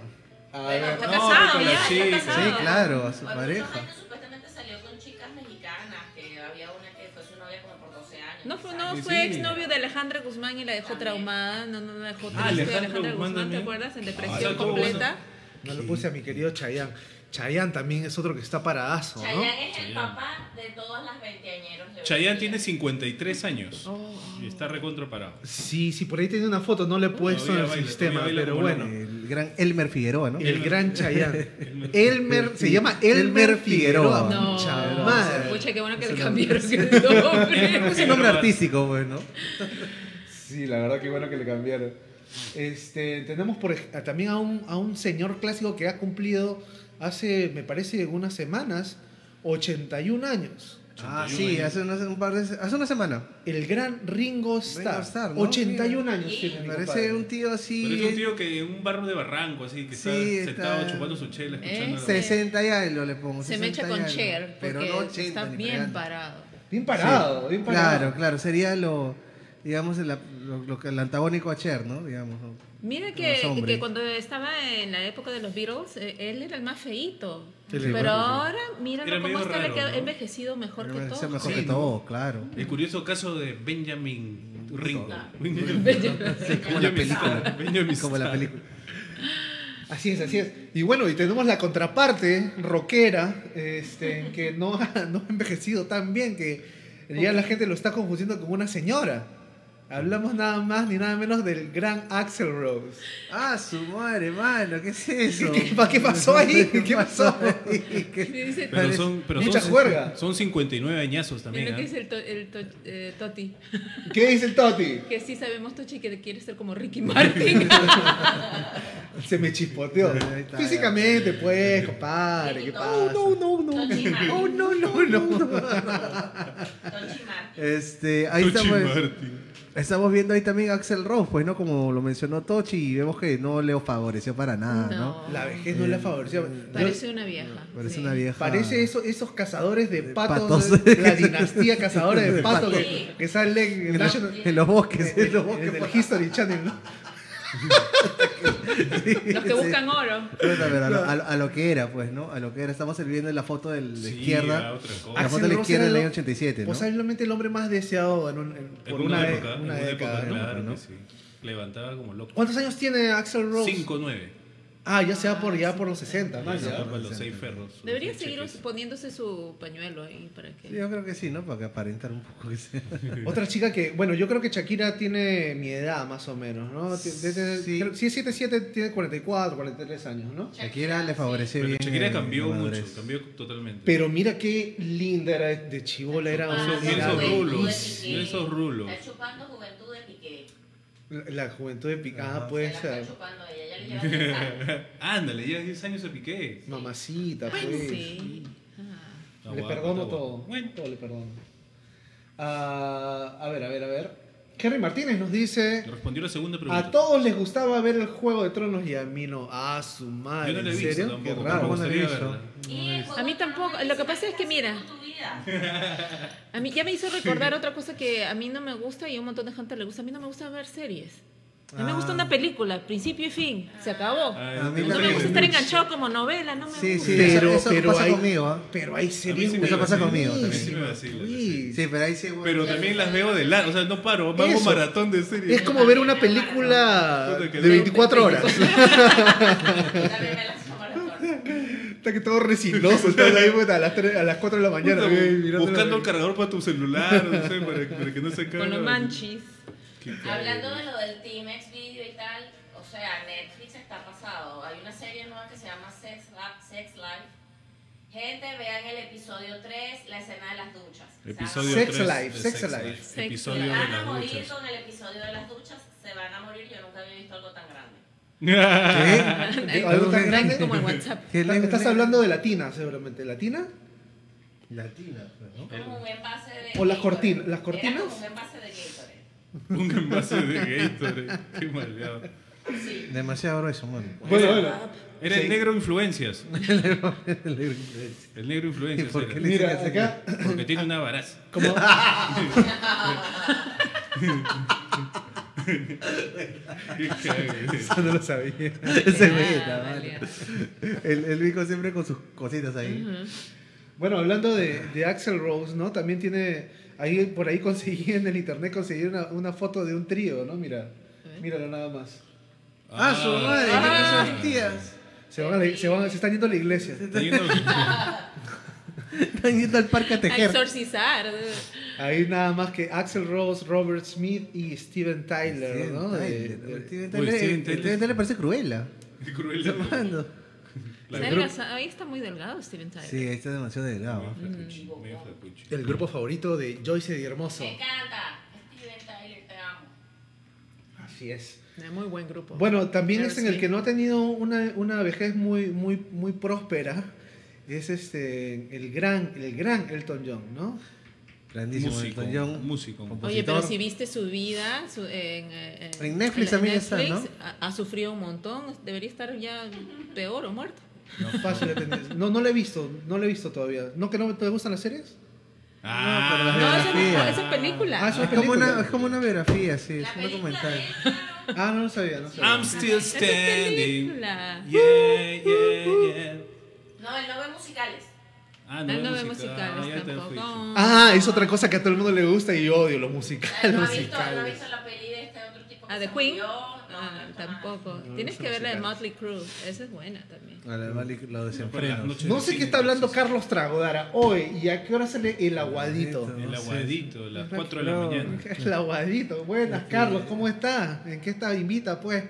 Speaker 5: A
Speaker 4: Bueno,
Speaker 5: ver.
Speaker 4: está
Speaker 1: no,
Speaker 4: casado,
Speaker 1: con
Speaker 4: ya,
Speaker 1: la chica.
Speaker 4: está casado.
Speaker 6: Sí, claro, a su
Speaker 4: Bueno,
Speaker 6: pareja.
Speaker 4: Jaime supuestamente salió con chicas mexicanas, que había una que fue su novia como por 12 años.
Speaker 3: No fue,
Speaker 4: quizás.
Speaker 3: no
Speaker 1: Sí,
Speaker 3: fue
Speaker 1: sí.
Speaker 3: exnovio de Alejandra Guzmán y la dejó
Speaker 4: También.
Speaker 3: traumada. No, no, no la dejó triste.
Speaker 1: Ah,
Speaker 3: Alejandra,
Speaker 1: Alejandra Guzmán
Speaker 3: Guzmán, ¿te
Speaker 1: también.
Speaker 3: acuerdas? En
Speaker 1: Ah,
Speaker 3: depresión
Speaker 1: está todo
Speaker 3: completa.
Speaker 5: No lo puse a mi querido Chayanne. Chayanne también es otro que está paradazo, ¿no?
Speaker 4: Chayanne es el
Speaker 1: Chayanne.
Speaker 4: papá de todas las veinteañeros. de hoy
Speaker 1: Chayanne
Speaker 4: en día.
Speaker 1: tiene 53 años.
Speaker 3: Oh.
Speaker 1: Y está recontra parado.
Speaker 5: Sí, sí, por ahí tiene una foto, no le he puesto en
Speaker 1: Todavía
Speaker 5: el
Speaker 1: baila,
Speaker 5: sistema,
Speaker 1: todavía baila
Speaker 5: pero
Speaker 1: como
Speaker 5: bueno.
Speaker 6: El gran Elmer Figueroa, ¿no?
Speaker 5: El gran Chayanne.
Speaker 1: Elmer.
Speaker 5: Elmer, se llama Elmer
Speaker 6: Elmer
Speaker 5: Figueroa.
Speaker 6: Figueroa.
Speaker 3: No,
Speaker 5: Mucha madre.
Speaker 3: pucha, qué bueno que le cambiaron el nombre.
Speaker 6: Es un nombre artístico, pues, ¿no?
Speaker 5: Sí, la verdad que bueno que le cambiaron. Este, tenemos por, ej- a- también a un, a un señor clásico que ha cumplido hace, me parece, unas semanas, 81 años.
Speaker 6: Ah, sí, hace una, un par de, hace una semana.
Speaker 5: El gran Ringo Starr.
Speaker 6: Starr, ¿no?
Speaker 5: 81
Speaker 6: Mira.
Speaker 5: años tiene mi
Speaker 6: Me parece
Speaker 5: compadre.
Speaker 6: un tío
Speaker 1: Pero es un
Speaker 6: así.
Speaker 1: tío que en un barro de barranco, así, que está
Speaker 6: Sí,
Speaker 1: sentado
Speaker 6: está-
Speaker 1: chupando su chela, escuchando.
Speaker 3: Ese.
Speaker 6: 60 y algo le pongo.
Speaker 3: Se me
Speaker 6: 60
Speaker 3: echa
Speaker 6: y
Speaker 3: con
Speaker 6: algo.
Speaker 3: Cher,
Speaker 6: Pero
Speaker 3: porque
Speaker 6: no 80
Speaker 3: está
Speaker 6: ni
Speaker 3: bien
Speaker 6: cagando.
Speaker 3: parado.
Speaker 5: Bien parado, bien parado.
Speaker 6: Claro, claro, sería lo, digamos, el, lo, lo que- el antagónico a Cher, ¿no? Digamos. ¿no?
Speaker 3: Mira
Speaker 6: Los
Speaker 3: que,
Speaker 6: hombres.
Speaker 3: que cuando estaba en la época de los Beatles, eh, él era el más feíto.
Speaker 5: Sí,
Speaker 3: Pero
Speaker 5: bueno, sí.
Speaker 3: ahora, míralo
Speaker 1: Era
Speaker 3: cómo
Speaker 1: medio
Speaker 3: está, le
Speaker 1: raro,
Speaker 3: queda-
Speaker 1: ¿no?
Speaker 3: ha envejecido mejor que
Speaker 6: Pero
Speaker 3: todo.
Speaker 6: sea mejor
Speaker 5: Sí,
Speaker 6: que
Speaker 5: ¿no?
Speaker 6: todo, claro.
Speaker 1: El curioso caso de Benjamin Ringo.
Speaker 3: Ah.
Speaker 6: Como la
Speaker 1: Benjamin Starr,
Speaker 6: película.
Speaker 1: Benjamin
Speaker 6: Como la
Speaker 1: Starr.
Speaker 6: película.
Speaker 5: Así es, así es. Y bueno, y tenemos la contraparte rockera, este, que no ha, no ha envejecido tan bien, que ya la gente lo está confundiendo con una señora. Hablamos nada más ni nada menos del gran Axel Rose.
Speaker 6: Ah, su madre, mano, ¿qué es eso?
Speaker 5: ¿Qué- qué- qué pasó ahí? ¿Qué pasó?
Speaker 6: ahí? ¿Qué-
Speaker 3: Dice,
Speaker 1: Pero son, pero
Speaker 5: Mucha
Speaker 1: son,
Speaker 5: juerga.
Speaker 1: son 59 añazos también.
Speaker 3: mira
Speaker 1: ¿ah?
Speaker 3: que dice el, to- el to- eh, Toti,
Speaker 5: ¿Qué dice el Toti?
Speaker 3: que sí sabemos Tochi que quiere ser como Ricky Martin.
Speaker 6: Ah,
Speaker 5: Se me chispoteó.
Speaker 6: Ahí está,
Speaker 5: Físicamente, pues, compadre, ¿qué pasa?
Speaker 6: no,
Speaker 4: Tochi Martin.
Speaker 6: Oh, no, no, no, no.
Speaker 4: Tochi Martin.
Speaker 6: Este, ahí
Speaker 1: Tochi
Speaker 6: estamos,
Speaker 1: Martin.
Speaker 6: estamos viendo ahí también a Axel Rose, pues, ¿no? Como lo mencionó Tochi, y vemos que no le favoreció para nada, ¿no?
Speaker 3: No.
Speaker 5: La vejez no la favoreció.
Speaker 3: Parece una vieja.
Speaker 6: Parece
Speaker 3: sí.
Speaker 6: una vieja.
Speaker 5: Parece eso- esos cazadores de patos,
Speaker 6: Ah. patos.
Speaker 5: la dinastía cazadores de
Speaker 6: De
Speaker 5: patos que,
Speaker 4: patos.
Speaker 5: que salen en
Speaker 6: En, los-
Speaker 5: National-
Speaker 6: en los bosques, en los
Speaker 5: en
Speaker 6: bosques.
Speaker 5: el History Channel, ¿no?
Speaker 3: Los que buscan oro.
Speaker 6: Pero, pero a, lo, a lo- a lo que era, pues, ¿no? A lo que era. Estamos viendo la foto de la
Speaker 1: Sí, ah,
Speaker 6: izquierda.
Speaker 1: otra cosa.
Speaker 6: La foto de
Speaker 5: Axl
Speaker 6: la
Speaker 5: Rose era
Speaker 6: izquierda del
Speaker 5: lo-
Speaker 6: año 87, ¿no?
Speaker 5: Posiblemente el hombre más deseado en un- en- por una, de- una
Speaker 1: en una
Speaker 5: década.
Speaker 1: época,
Speaker 5: ¿no?
Speaker 1: claro
Speaker 6: ¿no?
Speaker 1: que sí. levantaba como loco.
Speaker 5: ¿Cuántos años tiene Axel Rose?
Speaker 1: 5-9.
Speaker 5: Ah, ya se va por, ya por los 60, ¿no?
Speaker 1: Más
Speaker 5: Ya. pues,
Speaker 1: para los seis ferros.
Speaker 3: Debería
Speaker 1: Los
Speaker 3: seguir
Speaker 1: cheques.
Speaker 3: poniéndose su pañuelo ahí para que...
Speaker 6: Sí, yo creo que sí, ¿no? Para que aparentar un poco que sea.
Speaker 5: Otra chica que, bueno, yo creo que Shakira tiene mi edad más o menos, ¿no? Ti- de- de-
Speaker 6: Sí.
Speaker 5: creo- Si es 77, tiene 44, 43 años, ¿no?
Speaker 6: Shakira le favorece
Speaker 1: Pero
Speaker 6: bien.
Speaker 1: Shakira
Speaker 6: eh,
Speaker 1: cambió
Speaker 6: la
Speaker 1: mucho,
Speaker 6: madurez.
Speaker 1: cambió totalmente.
Speaker 5: Pero mira qué linda era de chivola, era
Speaker 1: Ah,
Speaker 5: una
Speaker 1: sí,
Speaker 5: era
Speaker 1: esos
Speaker 5: bellísima.
Speaker 1: rulos, esos rulos.
Speaker 4: Está chupando juventud de Piqué.
Speaker 5: La, la juventud de picada,
Speaker 6: Ajá.
Speaker 4: Se
Speaker 5: pues,
Speaker 4: la está
Speaker 5: ah,
Speaker 4: chupando ella, ya le lleva 10 años.
Speaker 1: Ándale, ya 10 años se piqué.
Speaker 5: mamacita, pues.
Speaker 3: Bueno, sí. Ah.
Speaker 1: Está
Speaker 5: le
Speaker 1: guapo,
Speaker 5: perdono
Speaker 1: está guapo.
Speaker 5: todo.
Speaker 1: Bueno.
Speaker 5: Todo le perdono. Ah, a ver, a ver, a ver. Henry Martínez nos dice...
Speaker 1: Le respondió la segunda pregunta.
Speaker 5: A todos les gustaba ver el Juego de Tronos y a mí no. Ah, su madre.
Speaker 1: Yo no la he
Speaker 5: ¿En
Speaker 1: visto
Speaker 5: serio?
Speaker 1: tampoco,
Speaker 5: Qué
Speaker 1: pero
Speaker 5: raro.
Speaker 1: me gustaría
Speaker 6: No la he visto.
Speaker 1: verla.
Speaker 4: Y el juego
Speaker 3: A mí
Speaker 4: de tronos
Speaker 3: tampoco,
Speaker 4: me
Speaker 3: lo que
Speaker 4: dice,
Speaker 3: pasa es que
Speaker 4: ¿qué haces
Speaker 3: mira.
Speaker 4: con tu vida?
Speaker 3: A mí ya me hizo recordar otra cosa que a mí no me gusta y a un montón de gente le gusta. A mí no me gusta ver series. A mí me gusta
Speaker 6: Ah.
Speaker 3: una película, principio y fin, se acabó.
Speaker 1: Ay,
Speaker 6: A
Speaker 1: no
Speaker 6: mí
Speaker 1: te
Speaker 3: No
Speaker 6: la-
Speaker 3: me
Speaker 1: gusta Ah,
Speaker 3: gusta
Speaker 1: que me
Speaker 3: estar
Speaker 1: guste.
Speaker 3: enganchado como novela, no me
Speaker 6: Sí,
Speaker 3: gusta.
Speaker 6: sí,
Speaker 5: Pero-
Speaker 6: eso, eso
Speaker 5: pero
Speaker 6: pasa
Speaker 5: hay-
Speaker 6: conmigo, ¿ah?
Speaker 5: Pero hay series.
Speaker 1: sí me
Speaker 5: buenísimas.
Speaker 6: pasa conmigo también.
Speaker 1: A mí sí me vacila,
Speaker 5: Uy.
Speaker 6: Sí, pero ahí sí. bueno,
Speaker 1: Pero también las veo de largo, o sea, no paro, me hago
Speaker 5: Eso.
Speaker 1: maratón de series.
Speaker 5: Es como ver una película
Speaker 1: Puta que
Speaker 5: de
Speaker 1: no.
Speaker 5: 24 horas.
Speaker 4: Yo también me la subo a la torre.
Speaker 5: Está que todo resiloso. Estás ahí puta, a las, 3, a las 4 de la mañana.
Speaker 1: Puta,
Speaker 5: güey, mirando
Speaker 1: buscando
Speaker 5: la-
Speaker 1: el cargador para tu celular, no sé, para, para que no se caiga.
Speaker 3: Con los manchis.
Speaker 1: Qué cago.
Speaker 4: Hablando de lo del Team X Video y tal, o sea, Netflix está pasado. Hay una serie nueva que se llama Sex, La- Sex Life. Gente, vean el episodio 3, la escena de las duchas. Se van a
Speaker 1: Episodio
Speaker 5: Sex
Speaker 1: 3 de
Speaker 5: Life, Sex Life.
Speaker 3: Sex
Speaker 1: Episodio
Speaker 4: Se
Speaker 1: de
Speaker 4: van a
Speaker 1: las
Speaker 4: Ah, morir
Speaker 1: duchas.
Speaker 4: con el episodio de las duchas, se van a morir. Yo nunca había visto algo tan grande.
Speaker 6: ¿Qué?
Speaker 5: Algo
Speaker 3: Algo
Speaker 5: tan
Speaker 3: tan grande
Speaker 5: grande.
Speaker 3: como el WhatsApp.
Speaker 6: ¿Qué le-
Speaker 5: Estás
Speaker 6: le-
Speaker 5: hablando de latina, seguramente. ¿Latina?
Speaker 6: Latina, pues, ¿no?
Speaker 4: Como un envase de.
Speaker 5: O las
Speaker 4: Gatorade.
Speaker 5: cortin- las
Speaker 4: Era
Speaker 5: cortinas.
Speaker 4: como un envase de Gatorade.
Speaker 1: Un envase de Gatorade. Qué maleado.
Speaker 4: Sí.
Speaker 6: Demasiado grueso, mano.
Speaker 5: Bueno, bueno.
Speaker 1: Era el negro influencias. El negro
Speaker 6: ¿Y Ah, por
Speaker 1: influencias.
Speaker 6: qué
Speaker 1: era.
Speaker 6: le
Speaker 5: Mira,
Speaker 6: dicen así?
Speaker 5: acá.
Speaker 1: Porque tiene una varaza.
Speaker 5: Como,
Speaker 1: Qué cago.
Speaker 6: Eso no lo sabía.
Speaker 3: Ah,
Speaker 6: Ese güey está mal.
Speaker 3: vale.
Speaker 6: El, el Vico siempre con sus cositas ahí.
Speaker 5: Bueno, hablando de, de Axel Rose, ¿no? También tiene. Ahí, por ahí conseguí en el internet conseguí una, una foto de un trío, ¿no? Mira. Míralo nada más.
Speaker 6: Ah, su madre,
Speaker 3: Ah.
Speaker 6: ¿qué son tías?
Speaker 5: Se van, a la- se van- se están yendo a la iglesia.
Speaker 1: Está lleno-
Speaker 6: Están yendo al parque a
Speaker 3: A
Speaker 6: tejer.
Speaker 3: exorcizar.
Speaker 5: Ahí nada más que Axel Rose, Robert Smith y Steven Tyler, ¿no? De- de-
Speaker 6: Steven
Speaker 1: Uy,
Speaker 6: Tyler
Speaker 1: Steven
Speaker 6: Steven
Speaker 1: Tyler-
Speaker 6: Tyler parece cruela.
Speaker 1: Qué cruel.
Speaker 6: Está mando.
Speaker 1: La-
Speaker 3: Está delgazado. Ahí está muy delgado Steven Tyler.
Speaker 6: Sí, ahí está demasiado delgado.
Speaker 1: Flacuchi, medio flacuchi.
Speaker 5: el grupo favorito de Joyce y Hermoso.
Speaker 4: Me encanta. Steven Tyler, te amo.
Speaker 5: Así es.
Speaker 3: Eh, Muy buen grupo.
Speaker 6: Pues,
Speaker 5: Bueno, también
Speaker 3: Claro,
Speaker 5: es en el
Speaker 3: sí.
Speaker 5: que no ha tenido una, una vejez muy, muy, muy próspera. Es este el gran, el gran Elton John, ¿no?
Speaker 6: Grandísimo.
Speaker 1: Músico,
Speaker 6: Elton John.
Speaker 1: músico.
Speaker 3: Oye, pero
Speaker 6: compositor.
Speaker 3: si viste su vida su- en, eh, eh,
Speaker 6: En Netflix también está,
Speaker 3: Netflix,
Speaker 6: ¿no?
Speaker 3: Ha, ha sufrido un montón, debería estar ya peor o muerto.
Speaker 1: No,
Speaker 5: Fácil de entender. No, no lo he visto, no lo he visto todavía. ¿No que no te gustan las series?
Speaker 1: Ah,
Speaker 6: No, pero
Speaker 3: No,
Speaker 6: las
Speaker 1: ah,
Speaker 3: eso no-
Speaker 6: Biografía.
Speaker 3: eso es película.
Speaker 5: Ah, eso
Speaker 6: Es como, una, es como una biografía, sí, es
Speaker 4: La
Speaker 6: un
Speaker 4: película
Speaker 6: documental.
Speaker 4: de él, claro.
Speaker 5: Ah, no lo sabía, no sabía.
Speaker 1: I'm still
Speaker 3: Esa es
Speaker 1: standing.
Speaker 3: película.
Speaker 1: Yeah, yeah, yeah.
Speaker 4: No, él no ve musicales.
Speaker 1: Ah,
Speaker 3: Ah, no
Speaker 1: ve
Speaker 3: ve
Speaker 1: musical.
Speaker 3: musicales
Speaker 1: Ya te fuiste.
Speaker 3: tampoco.
Speaker 5: Ah, es otra cosa que a todo el mundo le gusta y yo odio, los musicales.
Speaker 4: Él no ha visto, no ha
Speaker 5: musicales.
Speaker 4: visto la peli de este otro tipo. que
Speaker 3: Ah, de
Speaker 4: se
Speaker 3: Queen.
Speaker 4: murió. No,
Speaker 3: Ah,
Speaker 4: no,
Speaker 3: tampoco.
Speaker 5: No,
Speaker 3: Tienes
Speaker 5: eso
Speaker 3: que
Speaker 5: no
Speaker 3: ver la
Speaker 5: se
Speaker 3: de
Speaker 5: cae.
Speaker 3: Motley Crue. Esa es buena también.
Speaker 6: A la Mali lo
Speaker 1: Para las
Speaker 6: desenfreno.
Speaker 1: noches
Speaker 5: No
Speaker 1: de
Speaker 5: sé
Speaker 1: cine,
Speaker 5: qué está hablando
Speaker 1: entonces.
Speaker 5: Carlos Tragodara hoy y a qué hora sale el aguadito.
Speaker 1: El
Speaker 6: No sé.
Speaker 1: aguadito, las 4 de la
Speaker 6: No.
Speaker 1: mañana.
Speaker 5: El aguadito. Buenas, Carlos, ¿cómo estás? ¿En qué estás? Invita, pues.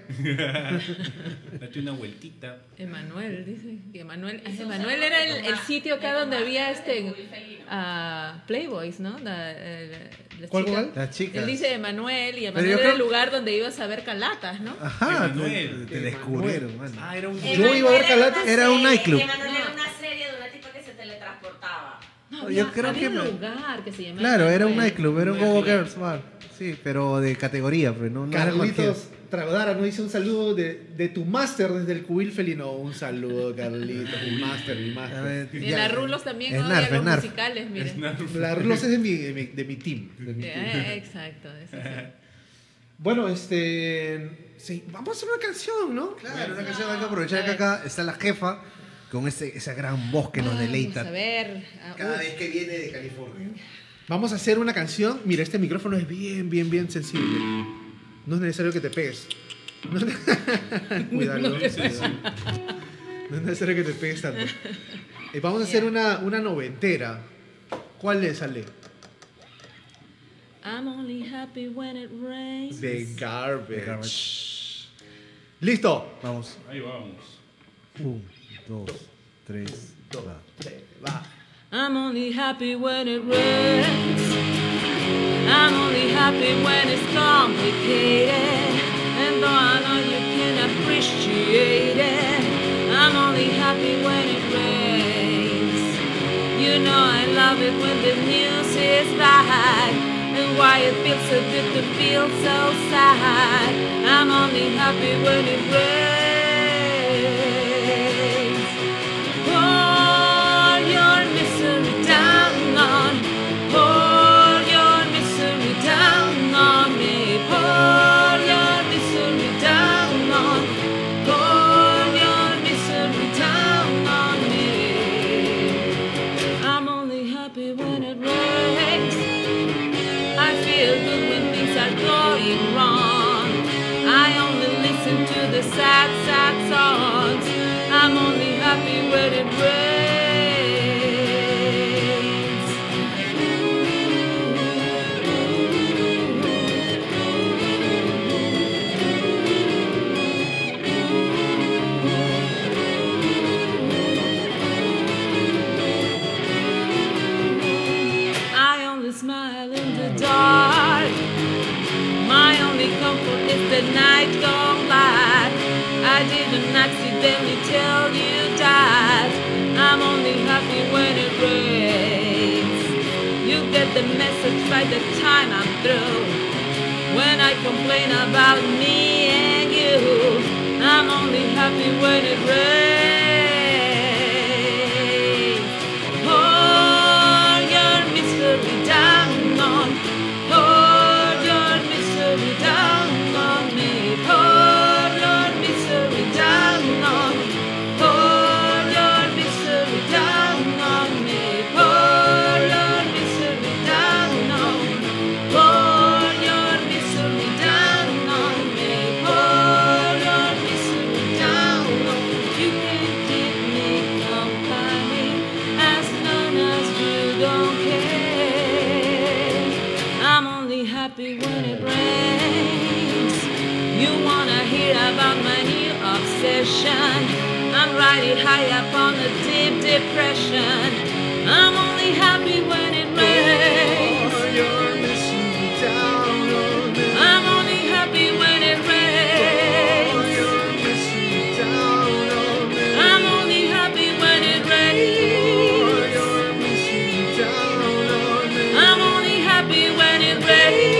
Speaker 1: Date una vueltita.
Speaker 3: Emanuel, dice. que Emanuel, ah,
Speaker 4: Eso
Speaker 3: Emanuel
Speaker 4: se
Speaker 3: era el,
Speaker 4: llama
Speaker 3: el sitio acá
Speaker 4: Tomás,
Speaker 3: donde había
Speaker 4: Tomás,
Speaker 3: este
Speaker 4: Tomás, Felino.
Speaker 3: ah, Playboys, ¿no? La- eh, la- las
Speaker 5: ¿Cuál,
Speaker 3: chicas.
Speaker 5: cuál?
Speaker 6: Las chicas.
Speaker 3: Él dice Emanuel y
Speaker 6: yo
Speaker 3: Emanuel era
Speaker 6: creo-
Speaker 3: el lugar donde ibas a ver calatas, ¿no?
Speaker 6: Ajá, te,
Speaker 1: Emanuel.
Speaker 6: te descubrieron, mano.
Speaker 1: Ah, era un.
Speaker 5: Yo iba a ver Calata,
Speaker 4: una
Speaker 6: era un
Speaker 4: serie,
Speaker 6: nightclub.
Speaker 4: Emanuel era una serie de una tipa que se teletransportaba.
Speaker 3: No,
Speaker 6: Yo
Speaker 3: había,
Speaker 6: creo
Speaker 3: había
Speaker 6: que
Speaker 3: un
Speaker 6: me-
Speaker 3: lugar que se llamaba.
Speaker 6: Claro, era un
Speaker 3: Emanuel.
Speaker 6: nightclub, era un
Speaker 1: Nightclub.
Speaker 6: Go Girls Bar. Sí, pero de categoría, pero no, no era cualquiera.
Speaker 5: Carlitos Tragodara nos dice un saludo de, de tu máster desde el cubil felino. Un saludo, Carlitos, mi máster, mi
Speaker 6: A
Speaker 5: máster.
Speaker 6: ver,
Speaker 3: Y
Speaker 6: ya.
Speaker 3: en la Rulos también
Speaker 6: Es
Speaker 3: odia
Speaker 6: Narf, es
Speaker 3: los
Speaker 6: Narf.
Speaker 3: musicales, miren.
Speaker 5: La Rolos es de mi, de mi, de mi team. de mi team.
Speaker 3: Eh, Exacto, eso sí.
Speaker 5: Bueno, este. sí, vamos a hacer una canción, ¿no?
Speaker 6: Claro, una canción hay que aprovechar que acá está la jefa con ese, esa gran voz que nos
Speaker 3: Ah, Vamos a
Speaker 6: deleita
Speaker 3: ver. Ah,
Speaker 6: cada
Speaker 3: uy.
Speaker 6: vez que viene de California.
Speaker 5: Vamos a hacer una canción. Mira, este micrófono es bien, bien, bien sensible. No es necesario que te pegues. No es- Cuidado.
Speaker 3: No
Speaker 5: No
Speaker 3: te
Speaker 5: es necesario que te pegues tanto. Eh, vamos a hacer una, una noventera. ¿Cuál le sale?
Speaker 3: I'm only happy when it rains.
Speaker 5: The Garbage.
Speaker 6: The Garbage.
Speaker 5: Listo.
Speaker 6: Vamos.
Speaker 1: Ahí vamos.
Speaker 6: Un, dos, tres, va.
Speaker 5: Va.
Speaker 3: I'm only happy when it rains. I'm only happy when it's complicated. And though I know you can appreciate it, I'm only happy when it rains. You know I love it when the music's right And why it feels so good to feel so sad I'm only happy when it rains Pour your misery down on Pour your misery down on me Pour your misery down on Pour your misery down on me I'm only happy when it rains. I feel good when things are going wrong. I only listen to the sad, sad songs. I'm only happy when it rains. I only smile in the dark. My only comfort is the night gone black. I didn't accidentally tell you that. I'm only happy when it rains. You get the message by the time I'm through. When I complain about me and you, I'm only happy when it rains. Pour your misery down on, pour your misery down on me. Pour your misery down on, pour your misery down on me. Pour your misery down on, pour your misery down on me. Oh, Pour your misery down on me. You can keep me company as long as you don't care. I'm only happy when it rains. You wanna hear about my new obsession? I'm riding high up on a deep depression. I'm only happy when it rains. I'm only happy when it rains. I'm only happy when it rains. I'm only happy when it rains. I'm only happy when it rains.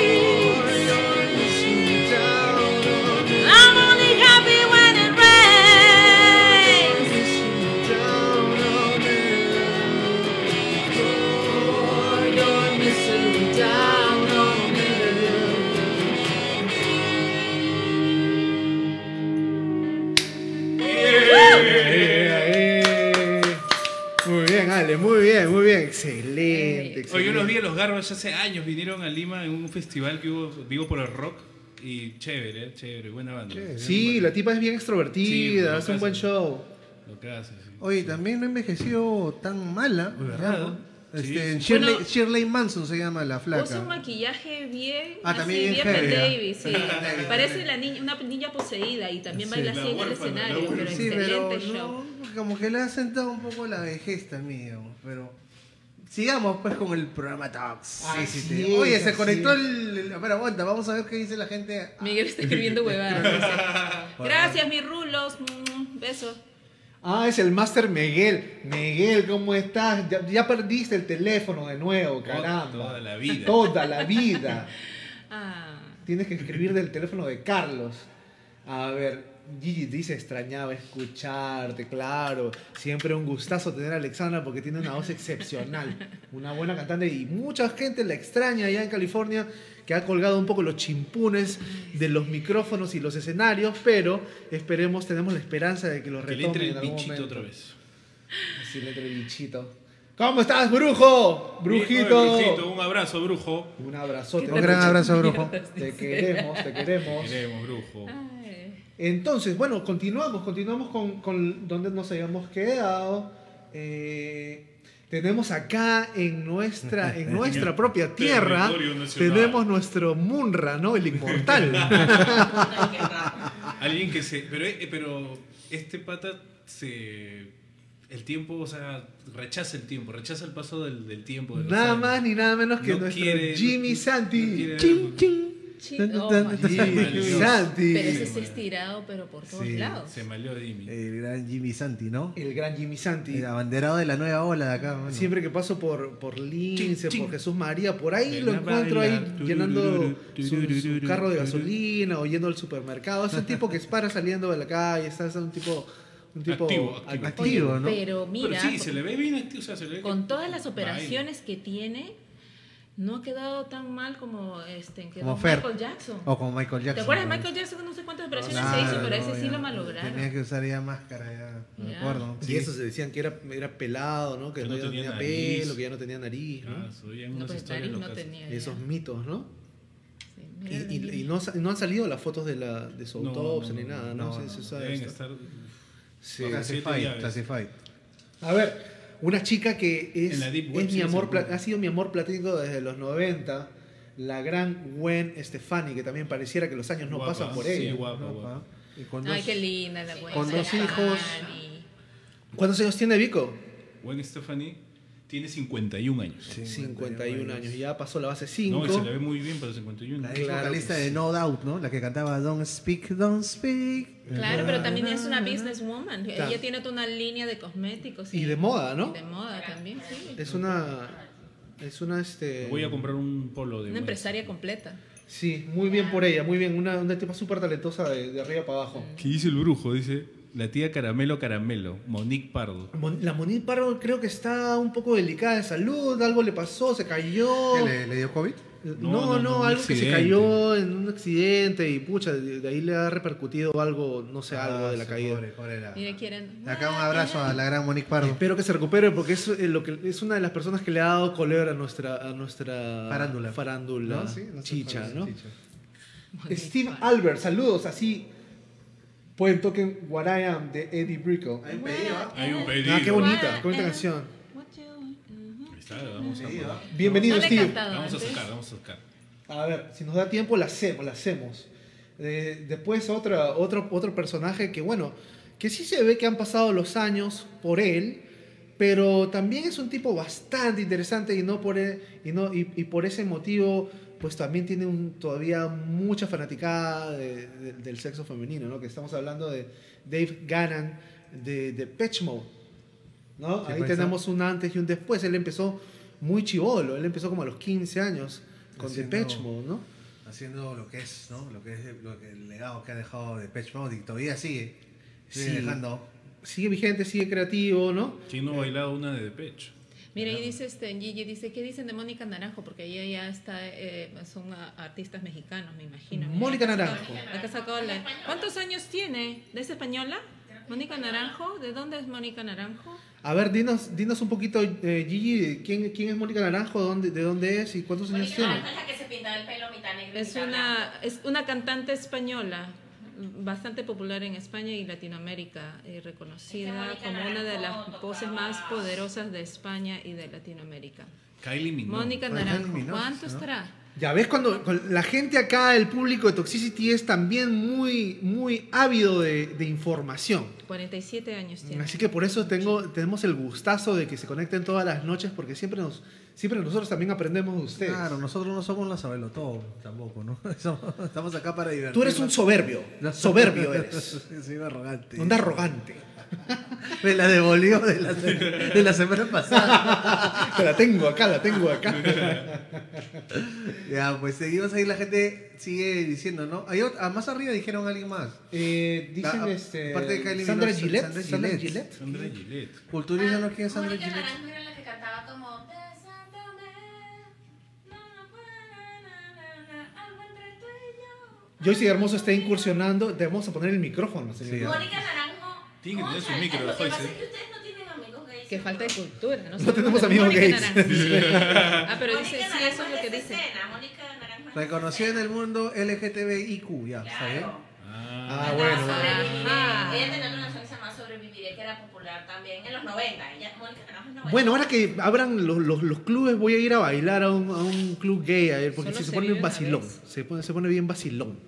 Speaker 3: Pour your misery down on me.
Speaker 5: Eh, eh. Muy bien, Ale, muy bien, muy bien. Excelente, excelente.
Speaker 1: Oye, yo los vi a los Garbage hace años, vinieron a Lima en un festival que hubo, vivo por el rock, y chévere, eh, chévere, buena banda.
Speaker 5: Sí, la tipa es bien
Speaker 1: Sí,
Speaker 5: extrovertida,
Speaker 1: bueno,
Speaker 5: hace un buen
Speaker 1: casi.
Speaker 5: show.
Speaker 1: Lo que hace, sí.
Speaker 6: Oye, también no envejeció tan mala.
Speaker 1: ¿verdad?
Speaker 6: ¿no?
Speaker 1: Sí.
Speaker 6: Este, Shirley,
Speaker 3: Bueno.
Speaker 6: Shirley Manson se llama la
Speaker 3: Usa un
Speaker 6: flaca.
Speaker 3: maquillaje bien,
Speaker 6: Ah,
Speaker 3: así,
Speaker 6: también
Speaker 3: bien
Speaker 6: bien
Speaker 3: Bette
Speaker 6: heavy, ah.
Speaker 3: Davis, sí.
Speaker 6: Davis,
Speaker 3: Parece
Speaker 6: también.
Speaker 3: la niña, una niña poseída y también
Speaker 6: Sí,
Speaker 3: baila así
Speaker 1: la
Speaker 3: en el
Speaker 1: huérfana, la
Speaker 3: escenario, pero
Speaker 1: huérfana.
Speaker 6: Sí, pero
Speaker 3: excelente
Speaker 6: no,
Speaker 3: show.
Speaker 6: como que le ha sentado un poco la vejez también, digamos, pero sigamos pues con el programa Talks.
Speaker 5: Así es,
Speaker 6: Oye, se
Speaker 5: así
Speaker 6: conectó
Speaker 5: es.
Speaker 6: el, el- Espera, aguanta, vamos a ver qué dice la gente.
Speaker 3: Miguel está escribiendo huevadas. dice. Gracias, mis rulos. Mm, Besos.
Speaker 5: Ah, es el Master Miguel. Miguel, ¿cómo estás? Ya, ya perdiste el teléfono de nuevo,
Speaker 1: Toda-
Speaker 5: caramba.
Speaker 1: toda la vida.
Speaker 5: Toda la vida.
Speaker 3: Ah,
Speaker 5: Tienes que escribir del teléfono de Carlos. A ver, Gigi dice, extrañaba escucharte, claro. Siempre un gustazo tener a Alexandra porque tiene una voz excepcional. Una buena cantante y mucha gente la extraña allá en California que ha colgado un poco los chimpunes de los micrófonos y los escenarios, pero esperemos, tenemos la esperanza de que los
Speaker 1: Que le
Speaker 5: retomen
Speaker 1: entre
Speaker 5: en
Speaker 1: el
Speaker 5: algún
Speaker 1: bichito
Speaker 5: momento.
Speaker 1: otra vez.
Speaker 5: Así le entre el bichito. ¿Cómo estás, brujo?
Speaker 1: Oye,
Speaker 5: Brujito.
Speaker 1: brujito, un abrazo, brujo.
Speaker 5: Un abrazote.
Speaker 6: Un gran abrazo, brujo.
Speaker 5: Te queremos, te queremos.
Speaker 1: Queremos, brujo.
Speaker 3: Ay,
Speaker 5: Entonces, bueno, continuamos, continuamos con, con donde nos habíamos quedado. Eh, tenemos acá en nuestra, en nuestra propia tierra,
Speaker 1: territorio nacional.
Speaker 5: tenemos nuestro Munra, ¿no? El inmortal.
Speaker 4: Qué raro.
Speaker 1: Ah, Alguien que se. Pero, eh, pero este pata se. El tiempo, o sea, rechaza el tiempo, rechaza el paso del, del tiempo. de los
Speaker 5: nada
Speaker 1: años.
Speaker 5: más ni nada menos que
Speaker 1: No
Speaker 5: nuestro
Speaker 1: quiere-
Speaker 5: Jimmy
Speaker 1: no
Speaker 5: Santi.
Speaker 1: quiere-
Speaker 5: Chin, chin.
Speaker 3: chi-
Speaker 5: Tan, tan,
Speaker 3: oh,
Speaker 5: tan,
Speaker 3: my
Speaker 5: tan,
Speaker 1: Sí,
Speaker 5: Jimmy
Speaker 1: maravilloso.
Speaker 5: Santi.
Speaker 3: Pero ese
Speaker 1: Sí,
Speaker 3: sí
Speaker 1: bueno.
Speaker 3: es tirado, pero por todos
Speaker 6: Sí,
Speaker 3: lados.
Speaker 1: Se maleó Jimmy.
Speaker 5: Eh,
Speaker 6: El gran Jimmy Santi, ¿no?
Speaker 5: El gran Jimmy Santi.
Speaker 6: El abanderado de la nueva ola de acá. mano.
Speaker 5: Siempre que paso por, por Lince,
Speaker 1: Chin, chin.
Speaker 5: por Jesús María, por ahí
Speaker 1: Ven
Speaker 5: lo
Speaker 1: a
Speaker 5: encuentro
Speaker 1: bailar.
Speaker 5: ahí llenando
Speaker 1: Turururu,
Speaker 5: su, su
Speaker 1: turururu,
Speaker 5: carro de
Speaker 1: turururu.
Speaker 5: gasolina o yendo al supermercado. Es un tipo que para saliendo de la calle, está es un tipo, un tipo
Speaker 1: Activo, activo.
Speaker 6: Activo, ¿no?
Speaker 3: Pero mira,
Speaker 1: pero sí, se le ve bien activo. O sea, se le ve
Speaker 3: con
Speaker 1: que-
Speaker 3: todas las
Speaker 1: Vaina.
Speaker 3: operaciones que tiene, no ha quedado tan mal como este, quedó
Speaker 6: Como Fer.
Speaker 3: Michael Jackson.
Speaker 6: O con Michael Jackson.
Speaker 3: ¿Te acuerdas de
Speaker 6: ¿no?
Speaker 3: Michael Jackson? No sé cuántas operaciones
Speaker 6: Claro,
Speaker 3: se hizo, pero ese sí
Speaker 6: no, ya
Speaker 3: lo
Speaker 6: Tenía
Speaker 3: malograron.
Speaker 6: que usar ya máscara, ya. Me
Speaker 3: Ya.
Speaker 6: acuerdo.
Speaker 5: Y
Speaker 6: sí.
Speaker 5: eso se decían que era, era pelado, ¿no? Que,
Speaker 1: Que
Speaker 5: no,
Speaker 1: no
Speaker 5: ya
Speaker 1: tenía
Speaker 5: tenía
Speaker 1: nariz.
Speaker 5: pelo, que ya no tenía nariz, ¿no?
Speaker 1: Ah, subían
Speaker 3: No,
Speaker 1: unas
Speaker 3: pues
Speaker 1: historias
Speaker 3: nariz no
Speaker 1: locas.
Speaker 3: tenía.
Speaker 5: Esos
Speaker 3: ya.
Speaker 5: mitos, ¿no?
Speaker 3: Sí,
Speaker 5: Y,
Speaker 3: mira,
Speaker 5: y- y no, sa- no han salido las fotos de, la, de su
Speaker 1: No,
Speaker 5: autopsia
Speaker 1: no,
Speaker 5: ni
Speaker 1: no,
Speaker 5: nada, ¿no?
Speaker 6: no,
Speaker 5: Sí,
Speaker 6: no,
Speaker 5: se sabe
Speaker 1: Deben
Speaker 5: esto.
Speaker 1: estar.
Speaker 5: Sí.
Speaker 1: Siete
Speaker 6: Classified,
Speaker 1: llaves.
Speaker 6: classified.
Speaker 5: A ver, una chica que es,
Speaker 1: En la Deep Web
Speaker 5: es
Speaker 1: sí
Speaker 5: mi
Speaker 1: se
Speaker 5: amor, pla-
Speaker 1: encuentra.
Speaker 5: ha sido mi amor platónico desde los 90, la gran Gwen Stefani, que también pareciera que los años no
Speaker 1: Guapa,
Speaker 5: pasan por
Speaker 1: sí,
Speaker 5: ella.
Speaker 1: guapa, guapa.
Speaker 6: Y con
Speaker 3: Ay,
Speaker 6: dos-
Speaker 3: qué linda la buena.
Speaker 6: con dos hijos.
Speaker 5: ¿Cuántos años tiene Vico?
Speaker 1: Gwen Stephanie tiene 51 años.
Speaker 5: 51 años, ya pasó la base
Speaker 1: No,
Speaker 5: 5.
Speaker 1: y se le ve muy bien para 51.
Speaker 6: La ex
Speaker 5: Claro
Speaker 6: vocalista
Speaker 5: que
Speaker 6: de
Speaker 5: sí.
Speaker 6: No Doubt, ¿no? La que cantaba Don't Speak, Don't Speak.
Speaker 3: Claro, pero también es una businesswoman.
Speaker 5: Claro.
Speaker 3: Ella tiene toda una línea de cosméticos.
Speaker 5: Y de moda, ¿no?
Speaker 3: y de moda también, sí.
Speaker 5: Es una... Es una, este...
Speaker 1: Voy a comprar un polo
Speaker 3: Una
Speaker 1: de Gwen.
Speaker 3: empresaria completa.
Speaker 5: Sí, muy bien por ella, muy bien. Una, una tipa súper talentosa de, de arriba para abajo.
Speaker 1: ¿Qué dice el brujo? Dice la tía Caramelo Caramelo, Monique Pardo.
Speaker 5: Mon- La Monique Pardo creo que está un poco delicada de salud, algo le pasó, se cayó.
Speaker 6: ¿Qué, ¿Le, le dio COVID?
Speaker 5: No,
Speaker 1: No,
Speaker 5: no,
Speaker 1: no, no, un
Speaker 5: algo que se
Speaker 1: accidente.
Speaker 5: cayó en un accidente y pucha, de, de ahí le ha repercutido algo, no sé, algo de la
Speaker 6: Ah,
Speaker 5: caída.
Speaker 6: Pobre, pobre la-
Speaker 3: Mira, quieren. Ah,
Speaker 6: Acá un abrazo a la gran Monique Pardo.
Speaker 5: Espero que se recupere porque es, eh, lo que, es una de las personas que le ha dado color a nuestra, a nuestra
Speaker 6: Farándula.
Speaker 5: farándula
Speaker 6: ¿No? Sí, no sé,
Speaker 5: chicha,
Speaker 6: parece
Speaker 5: ¿no?
Speaker 6: chicha.
Speaker 5: Steve Albert, saludos, así. Pueden toquen What I Am de Eddie Brickle.
Speaker 6: Hay un pedido, ¿ah?
Speaker 1: Hay un pedido.
Speaker 5: Ah, qué bonita,
Speaker 3: What
Speaker 5: qué bonita
Speaker 3: I Am.
Speaker 5: canción.
Speaker 3: uh-huh.
Speaker 1: Ahí está, vamos, a,
Speaker 6: Pedido, ¿ah?
Speaker 5: Bienvenido,
Speaker 3: No le he
Speaker 5: Steve.
Speaker 3: cantado
Speaker 1: vamos a
Speaker 3: antes.
Speaker 1: sacar, vamos a sacar.
Speaker 5: A ver, si nos da tiempo, la hacemos, la hacemos. Eh, después otra, otro, otro personaje que, bueno, que sí se ve que han pasado los años por él, pero también es un tipo bastante interesante y, no por, e- y, no, y, y por ese motivo, pues también tiene un, todavía mucha fanaticada de- de- del sexo femenino, ¿no? Que estamos hablando de Dave Gannon de, de Pitch ¿no?
Speaker 6: Sí,
Speaker 5: Ahí
Speaker 6: pues,
Speaker 5: tenemos un antes y un después. Él empezó muy chivolo, él empezó como a los 15 años con
Speaker 6: Haciendo-
Speaker 5: Depeche Mode, ¿no?
Speaker 6: Haciendo lo que es, ¿no? Lo que es lo que, el legado que ha dejado de Patch Mode y todavía sigue. Sigue
Speaker 5: Sí.
Speaker 6: dejando.
Speaker 5: Sigue vigente, sigue creativo, ¿no?
Speaker 1: ¿Quién no ha bailado una de Depeche?
Speaker 3: Mira, y dice este, Gigi, dice, ¿qué dicen de Mónica Naranjo? Porque ella ya está, eh, son ah, artistas mexicanos, me imagino. Mira,
Speaker 5: Mónica
Speaker 3: acá sacó-
Speaker 5: Naranjo.
Speaker 3: acá sacó la- ¿Cuántos años tiene? ¿De esa española? Mónica Naranjo, ¿de dónde es Mónica Naranjo?
Speaker 5: A ver, dinos, dinos un poquito, eh, Gigi, de ¿quién, quién es Mónica Naranjo? ¿Dónde, ¿De dónde es? ¿Y cuántos años
Speaker 4: Mónica
Speaker 5: tiene?
Speaker 4: Naranjo es la que se pintaba el pelo mitad negro y
Speaker 3: Es
Speaker 4: mitad blanco.
Speaker 3: una, es una cantante española, bastante popular en España y Latinoamérica, y reconocida
Speaker 4: Este Mónica
Speaker 3: como una de las
Speaker 4: Naranjo tocaba-
Speaker 3: voces más poderosas de España y de Latinoamérica.
Speaker 1: Kylie Minogue.
Speaker 3: Mónica
Speaker 6: Ah,
Speaker 3: Naranjo,
Speaker 6: Kylie Minogue,
Speaker 3: ¿cuántos
Speaker 6: ¿no?
Speaker 3: trae?
Speaker 5: Ya ves, cuando con la gente acá, el público de Toxicity es también muy, muy ávido de, de información.
Speaker 3: 47 años tiene.
Speaker 5: Así que por eso tengo, tenemos el gustazo de que se conecten todas las noches, porque siempre, nos, siempre nosotros también aprendemos de ustedes.
Speaker 6: Claro, nosotros no somos la sabelo todo tampoco, ¿no? Somos- Estamos acá para divertirnos.
Speaker 5: Tú eres un soberbio, soberbio eres,
Speaker 6: Soy arrogante.
Speaker 5: onda arrogante.
Speaker 6: Me la devolvió de la, de la semana pasada.
Speaker 5: Te la tengo acá, la tengo acá.
Speaker 6: ya, pues seguimos ahí. La gente sigue diciendo, ¿no? Hay ot- ah, más arriba dijeron alguien más.
Speaker 5: Eh, dicen
Speaker 6: Ah,
Speaker 5: este.
Speaker 6: aparte de Kylie
Speaker 5: Sandra
Speaker 6: Minogue,
Speaker 5: Gillette.
Speaker 6: Sandra
Speaker 5: Sandra
Speaker 6: Gillette.
Speaker 5: Gillette.
Speaker 1: Sandra Gillette.
Speaker 6: Culturízanos quién es
Speaker 4: Ah,
Speaker 6: Sandra
Speaker 4: Mónica
Speaker 6: Gillette.
Speaker 4: Naranjo era la que cantaba como "Besándome, no, no puedo, na, na, na, algo entre tú y yo".
Speaker 5: Joyce Hermoso está incursionando. Te vamos a poner el micrófono,
Speaker 6: Sí,
Speaker 5: señor.
Speaker 6: ya.
Speaker 4: Mónica Naranjo.
Speaker 1: Tiene que tener su
Speaker 4: Cónchale,
Speaker 1: micro,
Speaker 4: Lo que pasa
Speaker 1: Joyce.
Speaker 4: es que ustedes no tienen amigos gays
Speaker 3: Qué falta de cultura. No,
Speaker 5: No tenemos
Speaker 3: Somos-
Speaker 5: amigos
Speaker 3: Mónica
Speaker 5: gays.
Speaker 3: Naranjo. ah, pero
Speaker 4: Mónica
Speaker 3: dice, sí,
Speaker 4: Naranjo
Speaker 3: eso es lo que
Speaker 4: de
Speaker 3: dice.
Speaker 4: Cena, Mónica Naranjo es de
Speaker 6: Reconocida en
Speaker 4: Cena.
Speaker 6: el mundo LGTBIQ, ya, ¿está bien?
Speaker 4: Claro.
Speaker 5: Ah, bueno.
Speaker 4: Sobreviviré.
Speaker 3: Ajá.
Speaker 4: Ella tenía una canción que se llamaba Sobreviviré, que era popular también en los 90. Ella, Mónica Naranjo es 90.
Speaker 5: Bueno, ahora que abran los, los- los clubes, voy a ir a bailar a un, a un club gay, a ver, porque
Speaker 3: Solo
Speaker 5: sí se,
Speaker 3: se
Speaker 5: pone
Speaker 3: vive
Speaker 5: un
Speaker 3: una
Speaker 5: vacilón.
Speaker 3: vez.
Speaker 5: Se pone, se pone bien vacilón.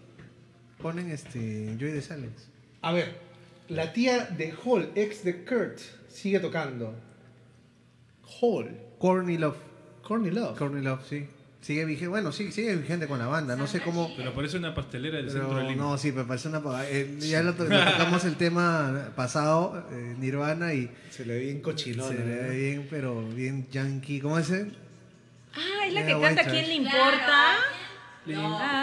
Speaker 6: Ponen este Joy de Silence.
Speaker 5: A ver, la tía de Hall, ex de Kurt, sigue tocando. Hall,
Speaker 6: Corny Love.
Speaker 5: Corny Love.
Speaker 6: Corny Love, sí. Sigue vigente, bueno, sí, sigue vigente con la banda. No sé cómo.
Speaker 1: Pero parece una pastelera del
Speaker 6: Pero,
Speaker 1: centro de Lima.
Speaker 6: no, sí, me parece una. pa- eh, ya lo, to- lo tocamos el tema pasado, eh, Nirvana, y
Speaker 5: se le ve bien cochinón.
Speaker 6: se le ve bien, pero bien yankee. ¿Cómo es? ese?
Speaker 3: Ah, es la
Speaker 6: Mira,
Speaker 3: que canta
Speaker 6: White
Speaker 3: ¿Quién le
Speaker 4: Claro,
Speaker 3: importa?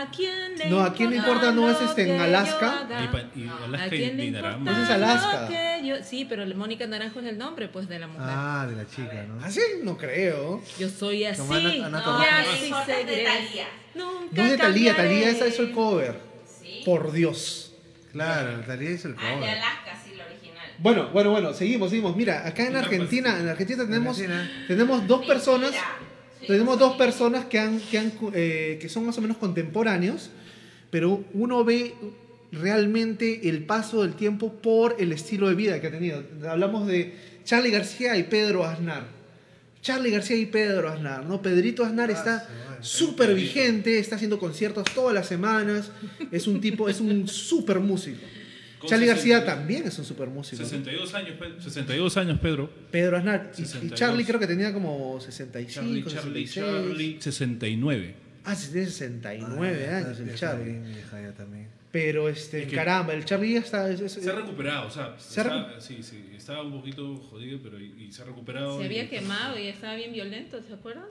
Speaker 4: ¿a quién? No.
Speaker 3: ¿A quién le
Speaker 5: No, ¿a quién le importa? No, es este, en
Speaker 3: lo que
Speaker 5: Alaska.
Speaker 3: yo haga?
Speaker 1: Y, pues, pa- y Alaska
Speaker 3: Ah, ¿A quién le
Speaker 1: y
Speaker 3: importa?
Speaker 1: Dinarama.
Speaker 5: Ese Pues es Alaska.
Speaker 3: lo que yo- Sí, pero Mónica Naranjo es el nombre, pues, de la mujer.
Speaker 6: Ah, de la chica, ¿no?
Speaker 5: ¿Así? No creo.
Speaker 3: Yo soy así.
Speaker 6: Como Ana- Ana
Speaker 3: No,
Speaker 6: Torroja.
Speaker 3: y
Speaker 4: No,
Speaker 3: así
Speaker 4: importa, es de
Speaker 3: seguiré.
Speaker 4: Thalía.
Speaker 3: Nunca
Speaker 5: No es de
Speaker 3: cambiaré.
Speaker 5: Talía, Talía esa hizo el cover.
Speaker 4: Sí.
Speaker 5: Por Dios.
Speaker 6: Claro, Talía hizo el
Speaker 4: Ah, de
Speaker 6: cover.
Speaker 4: Alaska, sí, la original.
Speaker 5: Bueno, bueno, bueno, seguimos, seguimos. Mira, acá en Argentina, en Argentina tenemos,
Speaker 6: Argentina.
Speaker 5: tenemos dos personas,
Speaker 4: Mentira.
Speaker 5: tenemos
Speaker 4: Sí,
Speaker 5: dos
Speaker 4: sí.
Speaker 5: personas que han, que han, eh, que son más o menos contemporáneos, pero uno ve realmente el paso del tiempo por el estilo de vida que ha tenido. Hablamos de Charlie García y Pedro Aznar. Charlie García y Pedro Aznar, ¿no? Pedrito
Speaker 1: Ah,
Speaker 5: Aznar está súper vigente, está haciendo conciertos todas las semanas, es un tipo, es un súper músico.
Speaker 1: Con
Speaker 5: Charlie García
Speaker 1: 60.
Speaker 5: también es un súper músico.
Speaker 1: 62 años, Pedro. 62 años, Pedro.
Speaker 5: Pedro Aznar. Y- Y,
Speaker 1: 62.
Speaker 5: Charlie creo que tenía como 65,
Speaker 1: Charlie, Charlie,
Speaker 5: 66.
Speaker 1: Charlie. 69.
Speaker 5: Ah, sí, tiene 69 años el Charlie.
Speaker 6: Mi hija ya también.
Speaker 5: Pero este,
Speaker 1: Es que-
Speaker 5: caramba, el Charlie ya está... es- es-
Speaker 1: Se ha recuperado, o sea,
Speaker 5: Se ha
Speaker 1: está- sí, sí, estaba un poquito jodido, pero y, y se ha recuperado.
Speaker 3: Se
Speaker 1: y-
Speaker 3: había quemado y estaba bien violento, ¿se acuerdan?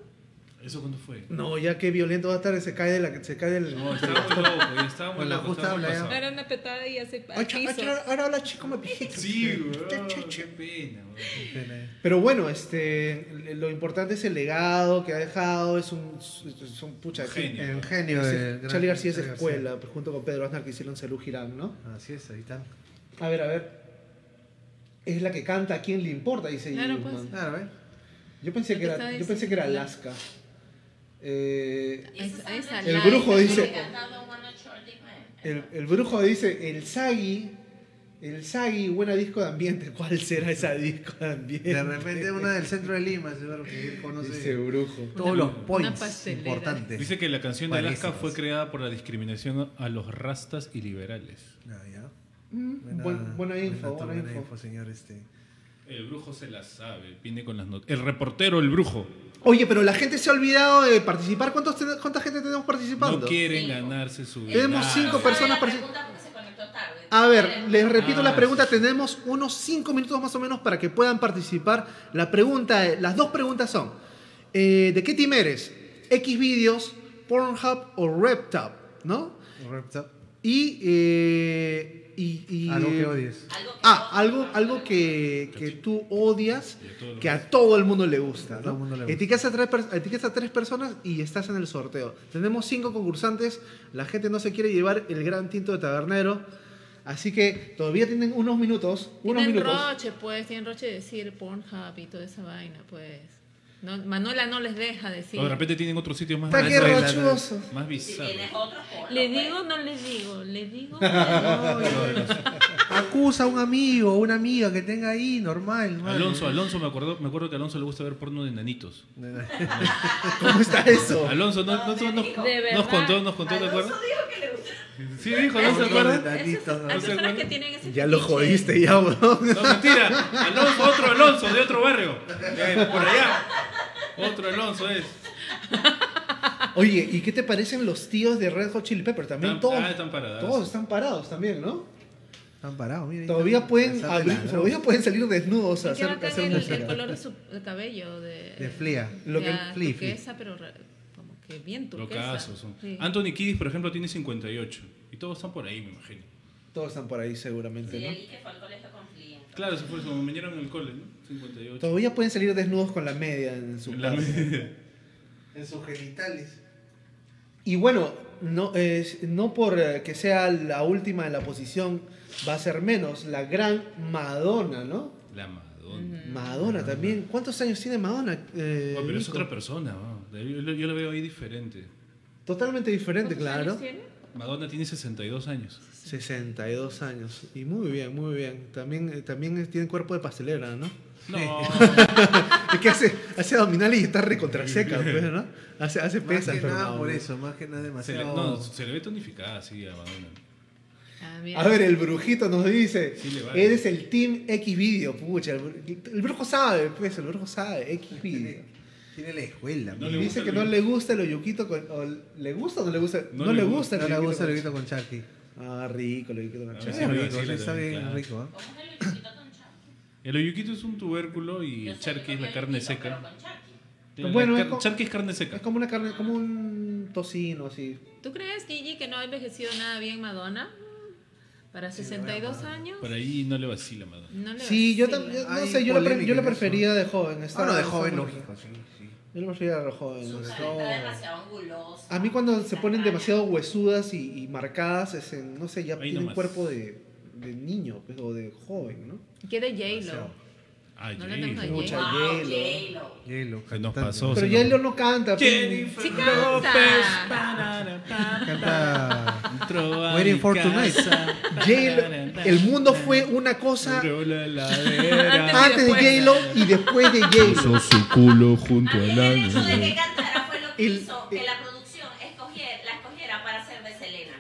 Speaker 1: ¿Eso cuándo fue?
Speaker 5: no, ya que violento va a estar, se cae de la... Se cae del...
Speaker 1: No, estaba muy loco, ya estaba muy
Speaker 6: Con la
Speaker 1: loco,
Speaker 6: justa
Speaker 1: estaba muy
Speaker 6: habla ya.
Speaker 1: pasado.
Speaker 3: Era una petada y hace
Speaker 5: Ay, cha- ay, cha- ahora habla chico me pijito.
Speaker 1: Sí,
Speaker 5: Che,
Speaker 1: weón,
Speaker 5: che, che.
Speaker 1: qué pena, weón.
Speaker 5: Pero bueno, este, lo importante es el legado que ha dejado, es un, es un pucha,
Speaker 1: Genio.
Speaker 5: eh,
Speaker 6: El genio de.
Speaker 5: Charlie García es escuela, pues, junto con Pedro Aznar que hicieron Cerú Girán, ¿no?
Speaker 6: Así es, ahí está.
Speaker 5: A ver, a ver. Es la que canta a quién le importa, dice
Speaker 3: Claro,
Speaker 5: Guzmán.
Speaker 3: pues.
Speaker 6: Claro, ¿eh?
Speaker 5: Yo pensé
Speaker 3: Lo
Speaker 5: que
Speaker 3: que estaba
Speaker 5: era, yo pensé que era
Speaker 3: diciendo.
Speaker 5: Alaska. Eh,
Speaker 4: Y esa
Speaker 3: Es-
Speaker 4: Sandra
Speaker 3: es
Speaker 5: el
Speaker 4: Chica
Speaker 5: brujo
Speaker 4: que
Speaker 5: dice-
Speaker 4: canta Don't Wanna Short Dick Man.
Speaker 5: el, el brujo dice el Sagi, el Sagi, buena disco de ambiente. ¿Cuál será esa disco de ambiente?
Speaker 6: De repente una del centro de Lima, seguro que conoce.
Speaker 5: dice brujo.
Speaker 6: Todos los points
Speaker 3: pastelera.
Speaker 6: importantes.
Speaker 1: Dice que la canción de Alaska
Speaker 6: Buenísimas.
Speaker 1: fue creada por la discriminación a los rastas y liberales.
Speaker 6: Ah, ya.
Speaker 5: Mm, buen- buena info,
Speaker 6: dato,
Speaker 5: buena info.
Speaker 6: señor. Este.
Speaker 1: El brujo se la sabe, viene con las notas. El reportero, el brujo.
Speaker 5: Oye, pero la gente se ha olvidado de participar. ¿Cuántos ten- ¿Cuánta gente tenemos participando?
Speaker 1: No quieren
Speaker 4: Cinco.
Speaker 1: ganarse su
Speaker 5: Tenemos
Speaker 1: vida.
Speaker 5: cinco
Speaker 4: No sabe
Speaker 5: personas
Speaker 4: la
Speaker 5: parece-
Speaker 4: pregunta porque se conectó tarde.
Speaker 5: A ver,
Speaker 4: Vale.
Speaker 5: les repito
Speaker 1: Ah,
Speaker 5: la pregunta.
Speaker 1: sí.
Speaker 5: Tenemos unos 5 minutos más o menos para que puedan participar. La pregunta, es- las dos preguntas son: eh, ¿de qué team eres? ¿X videos, Pornhub o RepTap? ¿No?
Speaker 6: Correcto.
Speaker 5: Y, eh, y, y-
Speaker 6: Algo que odies.
Speaker 4: Algo que
Speaker 5: Ah,
Speaker 4: no-
Speaker 5: algo, algo que, que tú odias,
Speaker 1: Y a todo el
Speaker 5: que a todo el mundo le gusta.
Speaker 6: A todo el mundo le
Speaker 5: ¿no?
Speaker 6: gusta.
Speaker 5: Etiquetas a, tres pers- etiquetas a tres personas y estás en el sorteo. Este, Tenemos cinco concursantes, la gente no se quiere llevar el gran tinto de tabernero. Asasí que todavía tienen unos minutos, unos
Speaker 3: Tienen
Speaker 5: minutos.
Speaker 3: roche, pues, tienen roche de decir Pornhub y toda esa vaina, pues. No, Manuela no les deja decir.
Speaker 1: O Oh, de repente tienen otros sitios más
Speaker 5: Está que
Speaker 1: bizarros.
Speaker 5: rochoso.
Speaker 1: Más
Speaker 4: Si
Speaker 1: bizarros.
Speaker 4: tienes otro, ponlo,
Speaker 3: Le
Speaker 4: pues.
Speaker 3: digo, no les digo, le digo.
Speaker 6: Acusa a un amigo o una amiga que tenga ahí, normal. normal.
Speaker 1: Alonso, Alonso, me acuerdo, me acuerdo que a Alonso le gusta ver porno de nanitos.
Speaker 5: ¿Cómo está eso?
Speaker 1: Alonso, no, no, no-
Speaker 4: De
Speaker 1: nos
Speaker 3: verdad.
Speaker 1: contó, nos contó, ¿te acuerdas?
Speaker 4: Alonso dijo que le gusta.
Speaker 1: Sí, dijo, ¿no se
Speaker 6: Alonso,
Speaker 1: acuerdan?
Speaker 6: Tantitos,
Speaker 3: Hay
Speaker 1: ¿No se
Speaker 3: personas
Speaker 1: acuerdan?
Speaker 3: que tienen ese
Speaker 5: Ya lo
Speaker 3: fetiche.
Speaker 5: jodiste, ya, weón.
Speaker 1: No, mentira. Alonso, otro Alonso de otro barrio. Eh, por allá. Otro Alonso es.
Speaker 5: Oye, ¿y qué te parecen los tíos de Red Hot Chili Pepper? También
Speaker 1: Están-
Speaker 5: todos,
Speaker 1: ah, están paradas.
Speaker 5: todos están parados también, ¿no?
Speaker 6: Están parados, mira. ahí
Speaker 5: Todavía
Speaker 6: están.
Speaker 5: pueden,
Speaker 6: Pensate
Speaker 5: abrir,
Speaker 6: la-
Speaker 5: todavía pueden salir desnudos a
Speaker 3: Y qué
Speaker 5: hacer, a
Speaker 3: bacán
Speaker 5: hacer
Speaker 3: el,
Speaker 5: música.
Speaker 3: el color de su de cabello. De,
Speaker 6: De flea.
Speaker 5: Lo que-
Speaker 3: ya
Speaker 6: fli, fli.
Speaker 3: turquesa, pero re- como que bien turquesa.
Speaker 1: Locazos son.
Speaker 3: Sí.
Speaker 1: Anthony Kiddis, por ejemplo, tiene 58. Y todos están por ahí, me imagino.
Speaker 5: Todos están por ahí seguramente,
Speaker 4: Sí,
Speaker 5: ¿no?
Speaker 4: Eli que fue al colegio con Flynn.
Speaker 1: Claro, se fue como mañana en el cole, ¿no? 58.
Speaker 5: Todavía pueden salir desnudos con la media en su
Speaker 1: La
Speaker 5: casa.
Speaker 1: media.
Speaker 6: En sus genitales.
Speaker 5: Y bueno, no, es- no por eh, que sea la última de la posición va a ser menos. La gran Madonna, ¿no?
Speaker 1: La Madonna. Madonna.
Speaker 5: Madonna también. ¿Cuántos años tiene Madonna? Eh,
Speaker 1: Oh, pero es
Speaker 5: Nico?
Speaker 1: otra persona, ¿no? yo, lo- yo lo veo ahí diferente.
Speaker 5: Totalmente diferente,
Speaker 3: ¿Cuántos
Speaker 5: claro.
Speaker 3: años tiene?
Speaker 1: Madonna tiene 62 años.
Speaker 5: 62 años. Y muy bien, muy bien. También, eh, también es- tiene cuerpo de pastelera, ¿no?
Speaker 1: No,
Speaker 5: Es que hace, hace abdominales y está recontra seca, pues, ¿no? Hace, hace
Speaker 6: Más
Speaker 5: pesas,
Speaker 6: que
Speaker 5: pero
Speaker 6: nada
Speaker 5: no,
Speaker 6: por
Speaker 5: no.
Speaker 6: eso, más que nada
Speaker 1: se le,
Speaker 6: demasiado.
Speaker 1: no, se le ve tonificada, sí, a Madonna.
Speaker 3: Ah, mira.
Speaker 5: A ver, el brujito nos dice,
Speaker 1: Sí le vale.
Speaker 5: eres el Team X Video, pucha. El, bru- el brujo sabe, pues, el brujo sabe, X Video.
Speaker 6: Tiene, tiene la escuela.
Speaker 1: No
Speaker 6: pues.
Speaker 1: le gusta
Speaker 5: Dice que
Speaker 1: el
Speaker 5: no
Speaker 1: yuquito.
Speaker 5: le gusta el yoquito con... o ¿Le gusta o no le gusta? No, le gusta,
Speaker 6: No le gusta el
Speaker 5: yoquito
Speaker 6: grito con Charqui.
Speaker 5: con- Ah, rico el yoquito con
Speaker 1: A ver
Speaker 5: chile.
Speaker 1: si me-
Speaker 6: rico,
Speaker 1: sí, la
Speaker 6: está
Speaker 1: también,
Speaker 6: bien
Speaker 1: claro.
Speaker 6: rico. ¿ah?
Speaker 4: ¿Cómo es el yuquito con charqui?
Speaker 1: El oyuquito es un tubérculo y
Speaker 4: Yo
Speaker 1: el
Speaker 4: sé
Speaker 1: charqui
Speaker 4: que
Speaker 1: es la
Speaker 4: comía
Speaker 1: carne
Speaker 4: yuquito,
Speaker 1: seca.
Speaker 4: pero con charqui.
Speaker 1: La
Speaker 5: Bueno,
Speaker 1: car-
Speaker 5: es como-
Speaker 1: charqui es carne seca.
Speaker 5: Es como una carne, como un tocino así.
Speaker 3: ¿Tú crees, Gigi, que no ha envejecido nada bien Madonna? Para 62 años.
Speaker 1: Por ahí no le vacila Madonna.
Speaker 3: No le
Speaker 5: Sí, yo
Speaker 3: vacila.
Speaker 5: también, no
Speaker 6: Hay
Speaker 5: sé, yo la, pre-
Speaker 6: polémica
Speaker 5: yo la
Speaker 6: en eso.
Speaker 5: prefería de joven. está-
Speaker 6: Ah, no, de
Speaker 5: está
Speaker 6: joven,
Speaker 5: muy-
Speaker 6: lógico, sí, sí.
Speaker 5: Yo la prefería de joven.
Speaker 4: Su
Speaker 5: ¿no?
Speaker 4: cara está demasiado angulosa.
Speaker 5: A mí cuando se
Speaker 4: La
Speaker 5: ponen
Speaker 4: cara.
Speaker 5: demasiado huesudas y, y marcadas, es en- no sé, ya
Speaker 1: Ahí
Speaker 5: tienen
Speaker 1: nomás.
Speaker 5: cuerpo de, de niño pues, o de joven, ¿no?
Speaker 3: ¿Qué de J-Lo?
Speaker 6: Demasiado.
Speaker 1: Ah,
Speaker 3: No le
Speaker 1: Jay.
Speaker 3: tengo idea.
Speaker 5: Mucha
Speaker 4: Wow,
Speaker 5: hielo.
Speaker 4: hielo.
Speaker 6: Hielo,
Speaker 1: Se nos
Speaker 6: cantante.
Speaker 1: pasó.
Speaker 5: Pero
Speaker 1: se
Speaker 5: ya
Speaker 1: nos-
Speaker 5: él no canta. pues.
Speaker 3: Sí
Speaker 1: Jennifer
Speaker 3: canta.
Speaker 6: Canta.
Speaker 1: entró a
Speaker 6: Waiting
Speaker 1: mi
Speaker 6: for tonight.
Speaker 1: casa.
Speaker 5: J-Lo, el mundo fue una cosa
Speaker 1: Abrió la
Speaker 5: Ah,
Speaker 1: heladera.
Speaker 5: antes de
Speaker 3: Después.
Speaker 5: J-Lo y después de J-Lo.
Speaker 1: su culo
Speaker 4: A
Speaker 1: junto
Speaker 4: mí el hecho de que cantara fue lo que
Speaker 5: El- eh.
Speaker 4: hizo que la producción escogiera, la escogiera para ser de Selena.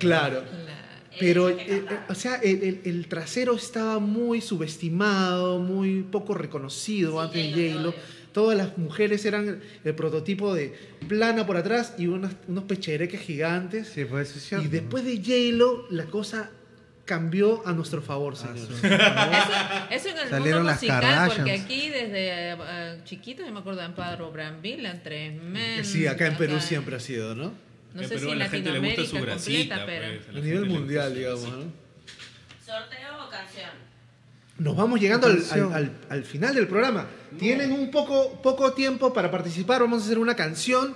Speaker 5: Claro.
Speaker 3: La-
Speaker 4: El
Speaker 5: Pero,
Speaker 4: hecho de que
Speaker 5: eh, eh,
Speaker 4: cantara.
Speaker 5: o sea, el, el- el trasero estaba muy subestimado, muy poco reconocido
Speaker 4: Sí,
Speaker 5: antes de
Speaker 4: J-Lo,
Speaker 5: J-Lo.
Speaker 4: obvio.
Speaker 5: Todas las mujeres eran el, el prototipo de plana por atrás y unos, unos pechereques gigantes.
Speaker 6: Sí, pues eso es cierto.
Speaker 5: y después de J-Lo, la cosa cambió a nuestro favor,
Speaker 6: Ah,
Speaker 5: señores.
Speaker 6: su-
Speaker 3: Eso en el
Speaker 6: Salieron
Speaker 3: mundo
Speaker 6: las
Speaker 3: musical,
Speaker 6: Kardashians.
Speaker 3: porque aquí desde eh, chiquito, yo me acuerdo de Amparo Brambila, en tremendo.
Speaker 5: Sí, acá en Perú siempre ha sido, ¿no?
Speaker 3: No
Speaker 1: En
Speaker 3: sé
Speaker 1: Perú
Speaker 3: si
Speaker 1: a
Speaker 3: en
Speaker 1: la gente le
Speaker 3: Latinoamérica
Speaker 1: gusta su
Speaker 3: completa,
Speaker 1: grasita.
Speaker 3: pero.
Speaker 1: pues,
Speaker 5: A
Speaker 1: la
Speaker 5: nivel
Speaker 1: gente le
Speaker 5: mundial,
Speaker 1: gusta su
Speaker 5: digamos,
Speaker 1: grasita.
Speaker 5: ¿no? ah.
Speaker 4: Sorteo o canción.
Speaker 5: Nos vamos llegando al,
Speaker 6: Canción.
Speaker 5: al- al- al final del programa. Tienen un poco, poco tiempo para participar. Vamos a hacer una canción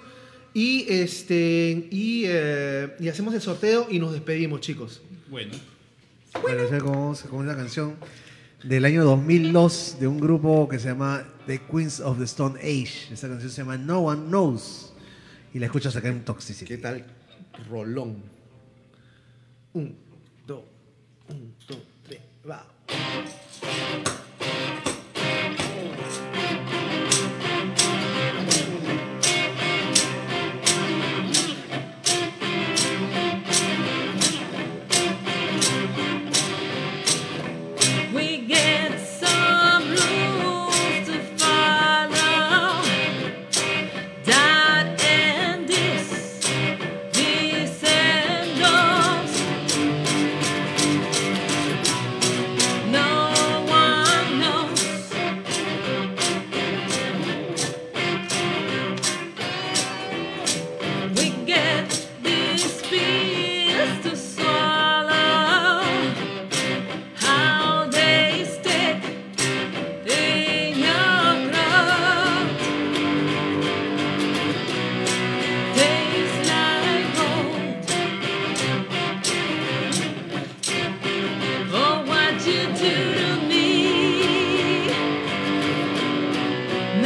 Speaker 5: y, este, y, eh, y hacemos el sorteo y nos despedimos, chicos.
Speaker 1: Bueno,
Speaker 6: Bueno, o sea, como vamos con una canción del año 2002 de un grupo que se llama The Queens of the Stone Age. Esa canción se llama No One Knows. Y la escuchas acá en Toxicity.
Speaker 5: ¿Qué tal? Rolón. Un, dos, un, dos, tres, va.
Speaker 3: We get some rules to follow. That and this, this and those. No Oh,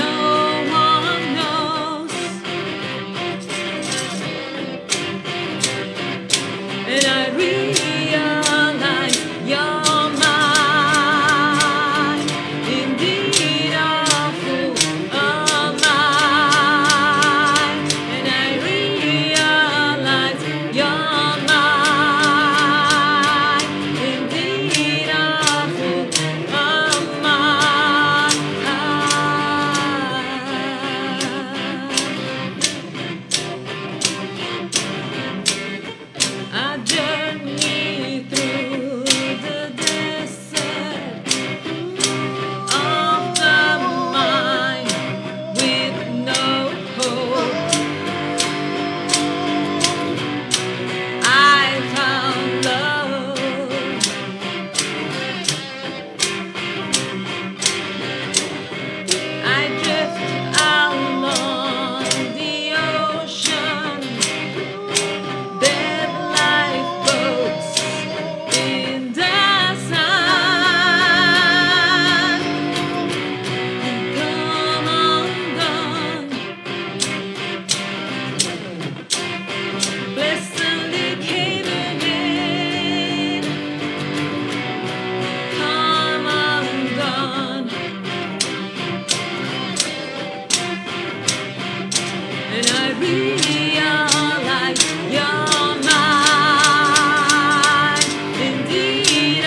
Speaker 3: realize you're mine. Indeed, a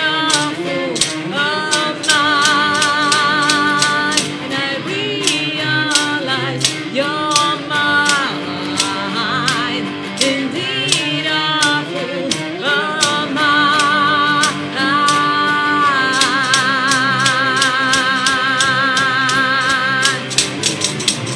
Speaker 3: fool of mine. And I realize you're mine. Indeed, a fool of mine.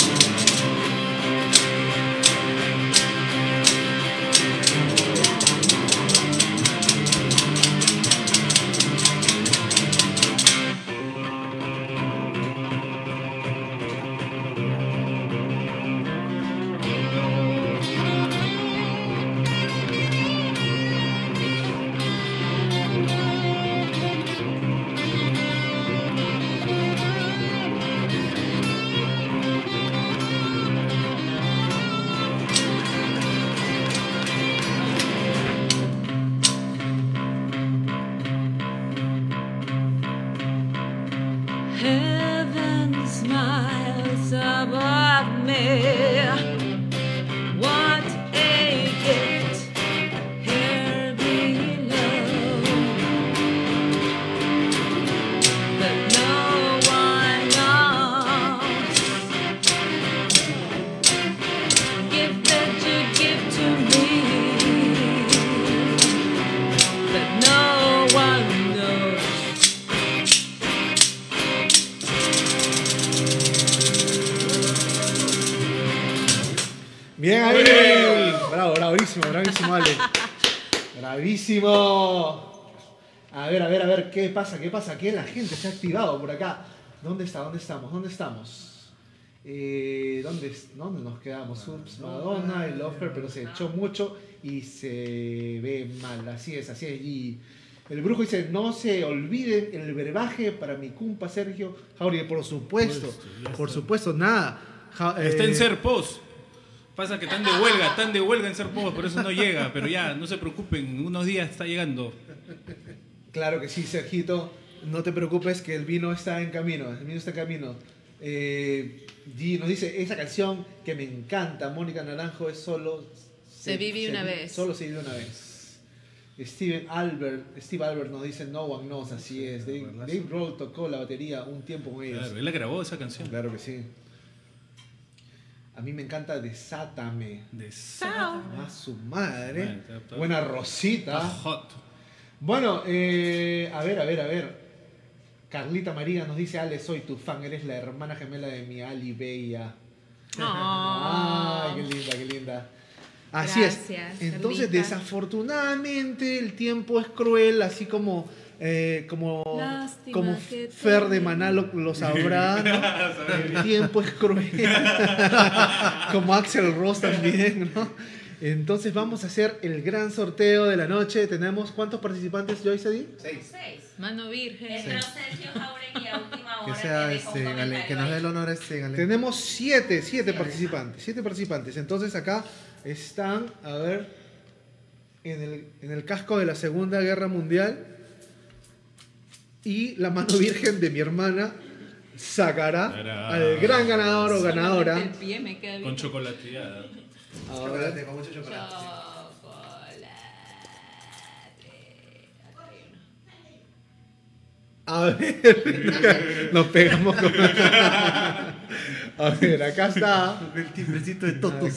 Speaker 3: Heaven smiles above me. What a gift here below. But no one knows. Gift that you give to me. But no one knows.
Speaker 6: Bien ahí. Bravo, bravísimo, bravísimo, Ale. Bravísimo. A ver, a ver, a ver, ¿qué pasa? ¿Qué pasa? ¿Qué la gente se ha activado por acá? ¿Dónde está? ¿Dónde estamos? ¿Dónde estamos? Eh, ¿dónde, es- ¿Dónde nos quedamos? Ups, Madonna, el offer, pero se echó mucho y se ve mal. Así es, así es. Y el brujo dice, no se olviden el verbaje para mi cumpa Sergio Jauregui. Por supuesto, por supuesto, nada. Ja-
Speaker 1: Está en
Speaker 6: eh,
Speaker 1: Serpos. Pasa que están de huelga, están de huelga en Serpos, por eso no llega. Pero ya, no se preocupen, en unos días está llegando.
Speaker 6: Claro que sí, Sergito. No te preocupes que el vino está en camino. El vino está en camino. Eh, Di nos dice, esa canción que me encanta, Mónica Naranjo, es solo...
Speaker 3: Se vive una
Speaker 6: vi-
Speaker 3: vez.
Speaker 6: Solo se vive una vez. Steven Albert, Steve Albert nos dice No One Knows, así es. Dave, Dave Grohl tocó la batería un tiempo con ellos.
Speaker 1: Claro,
Speaker 6: Claro,
Speaker 1: él la grabó esa canción.
Speaker 6: que sí. A mí me encanta Desátame.
Speaker 1: De
Speaker 6: A su
Speaker 1: Bueno,
Speaker 6: madre.
Speaker 1: está- está- Ah.
Speaker 6: Buena Rosita.
Speaker 5: Ah.
Speaker 1: Está hot.
Speaker 6: Bueno, eh, a ver, a ver, a ver. Carlita María nos dice, Ale, soy tu fan, eres la hermana gemela de mi Ali Bella.
Speaker 3: No.
Speaker 6: Ay, qué linda, qué linda. Así
Speaker 3: Ah. Gracias,
Speaker 6: es. Entonces,
Speaker 3: Carlita.
Speaker 6: desafortunadamente, el tiempo es cruel, así como, eh, como,
Speaker 3: Lástima
Speaker 6: como
Speaker 3: que te-
Speaker 6: Fer de Maná lo, lo sabrá. ¿no? El tiempo es cruel. como Axel Ross también, ¿no? Entonces, vamos a hacer el gran sorteo de la noche. Tenemos, ¿cuántos participantes, Joyce Adi?
Speaker 4: Seis.
Speaker 3: Mano virgen.
Speaker 4: Entró Sergio Jauregui a última hora.
Speaker 5: Que, sea,
Speaker 4: dejó un
Speaker 5: este, Gale- que nos dé el
Speaker 4: comentario
Speaker 5: honor este, Gale-
Speaker 6: Tenemos siete, siete participantes. Siete participantes. Entonces acá están, a ver, en el, en el casco de la Segunda Guerra Mundial. Y la mano virgen de mi hermana sacará
Speaker 1: Sacará.
Speaker 6: al gran ganador o ganadora.
Speaker 3: El pie me queda bien.
Speaker 1: Con chocolateada.
Speaker 6: Ahora,
Speaker 5: con mucho chocolate.
Speaker 3: Chocolate.
Speaker 6: a ver, nos pegamos con... A ver, acá está.
Speaker 5: El timbrecito de
Speaker 6: Ah,
Speaker 5: Totos.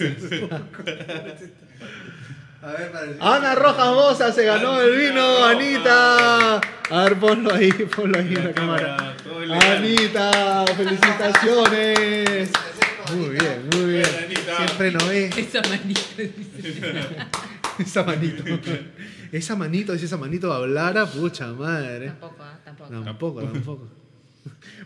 Speaker 5: A ver, para el-
Speaker 6: Ana Rojas Bosa se ganó el vino, Anita. A ver, ponlo ahí, ponlo ahí en la cámara.
Speaker 1: todo legal.
Speaker 6: Anita, felicitaciones. Muy bien, muy bien.
Speaker 5: Siempre nos ve.
Speaker 3: Esa manita dice.
Speaker 6: Esa manito. Esa manito, si esa manito hablara, pucha madre.
Speaker 3: Tampoco, ah, tampoco.
Speaker 6: Tampoco, tampoco.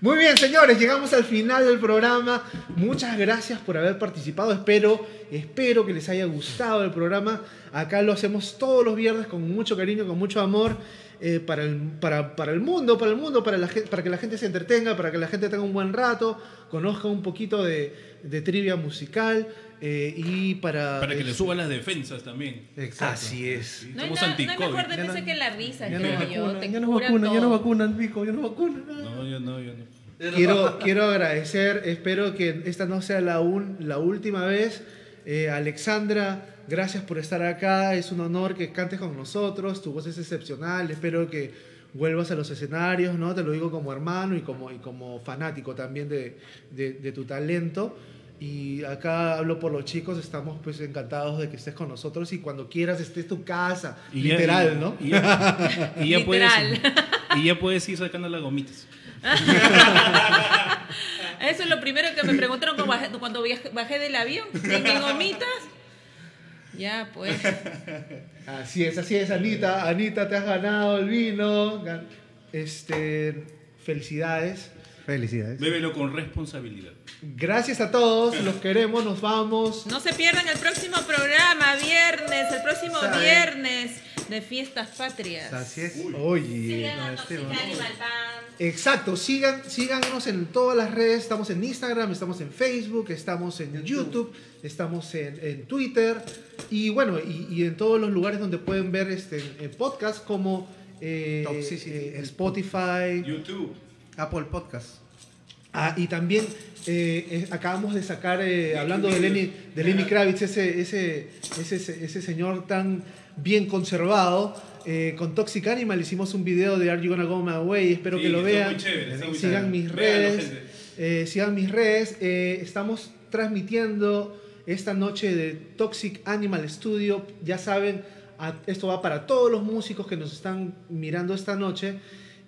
Speaker 6: Muy bien, señores, llegamos al final del programa. Muchas gracias por haber participado. Espero, espero que les haya gustado el programa. Acá lo hacemos todos los viernes con mucho cariño, con mucho amor. eh, para, el, para, para el mundo, para el mundo, para, la, gen- para que la gente se entretenga, para que la gente tenga un buen rato, conozca un poquito de, de trivia musical eh, y
Speaker 3: Ah,
Speaker 6: para...
Speaker 1: Para que le suba las defensas también.
Speaker 5: Exacto.
Speaker 6: Así es.
Speaker 1: Sí,
Speaker 3: No hay,
Speaker 1: Somos
Speaker 3: nada, no hay
Speaker 1: anti-COVID.
Speaker 3: mejor
Speaker 5: Ya
Speaker 3: defensa
Speaker 5: no-
Speaker 3: que la risa,
Speaker 5: Ya
Speaker 3: creo
Speaker 5: nos
Speaker 3: yo.
Speaker 5: vacunan,
Speaker 3: Te
Speaker 5: ya nos
Speaker 3: cura
Speaker 5: vacunan, ya nos
Speaker 3: todo.
Speaker 5: vacunan, Vico, ya nos vacunan.
Speaker 1: No, yo no, yo no.
Speaker 6: Quiero, quiero agradecer, espero que esta no sea la, un- la última vez
Speaker 5: Eh, Alexandra, gracias por estar acá. Es un honor que cantes con nosotros. Tu voz es excepcional. Espero que vuelvas a los escenarios, ¿no? Te lo digo como hermano y como, y como fanático también de, de- de tu talento. Y acá hablo por los chicos, estamos pues encantados de que estés con nosotros y cuando quieras estés tu casa,
Speaker 1: Y ya-
Speaker 5: literal,
Speaker 1: y-
Speaker 5: ¿no?
Speaker 1: Y ya, y ya puedes,
Speaker 3: Literal.
Speaker 1: y ya puedes ir sacando las gomitas.
Speaker 3: Eso es lo primero que me preguntaron cuando bajé, cuando viaj- bajé del avión. ¿Tienen gomitas? Ya, pues.
Speaker 5: Así es, así es, Anita. Anita, te has ganado el vino. Gan- Este, felicidades.
Speaker 6: Felicidades.
Speaker 1: Bébelo con responsabilidad.
Speaker 5: Gracias a todos, los queremos, nos vamos.
Speaker 3: No se pierdan el próximo programa, viernes, el próximo
Speaker 5: Sabe.
Speaker 3: viernes de Fiestas Patrias.
Speaker 6: Así es.
Speaker 5: Oye. este
Speaker 4: Sigan a Toxic Animal Band.
Speaker 5: Exacto, sigan, síganos en todas las redes. Estamos en Instagram, estamos en Facebook, estamos en YouTube, estamos en, en Twitter y bueno, y, y en todos los lugares donde pueden ver este en podcast como eh,
Speaker 6: Toxicity.
Speaker 5: eh, Spotify,
Speaker 1: YouTube.
Speaker 6: Apple Podcast.
Speaker 5: Ah, y también eh, eh, acabamos de sacar, eh, hablando de Lenny, de Lenny Kravitz, ese, ese, ese, ese- ese señor tan bien conservado, eh, con Toxic Animal hicimos un video de Are You Gonna Go My Way, espero
Speaker 1: Sí,
Speaker 5: que lo
Speaker 1: está
Speaker 5: vean,
Speaker 1: muy chévere, está muy
Speaker 5: sigan,
Speaker 1: chévere.
Speaker 5: mis
Speaker 1: Véanlo,
Speaker 5: redes,
Speaker 1: gente.
Speaker 5: eh, sigan mis redes, eh, estamos transmitiendo esta noche de Toxic Animal Studio, ya saben, a- esto va para todos los músicos que nos están mirando esta noche.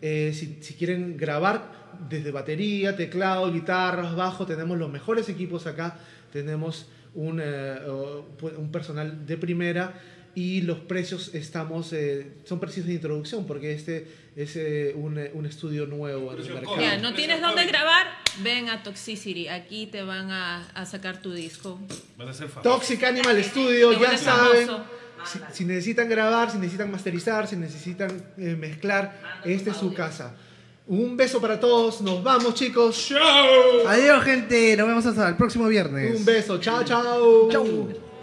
Speaker 5: Eh, si, si quieren grabar desde batería, teclado, guitarras, bajo, tenemos los mejores equipos acá. Tenemos un, eh, o- pu- un personal de primera y los precios estamos eh, son precios de introducción porque este es eh, un, eh, un estudio nuevo en el
Speaker 1: Precio
Speaker 5: mercado.
Speaker 1: cómodo.
Speaker 3: Ya, no tienes dónde grabar, ven a Toxicity. Aquí te van a, a sacar tu disco.
Speaker 1: Vas a hacer favor.
Speaker 5: Toxic Animal Studio,
Speaker 3: Te
Speaker 5: ya
Speaker 3: vuelves
Speaker 5: saben.
Speaker 3: Este famoso.
Speaker 5: Si, si necesitan grabar, si necesitan masterizar, si necesitan eh, mezclar, esta es su casa. Un beso para todos, nos vamos chicos.
Speaker 6: Adiós, gente. Nos vemos hasta el próximo viernes.
Speaker 5: Un beso, chao, chao.
Speaker 6: Chau.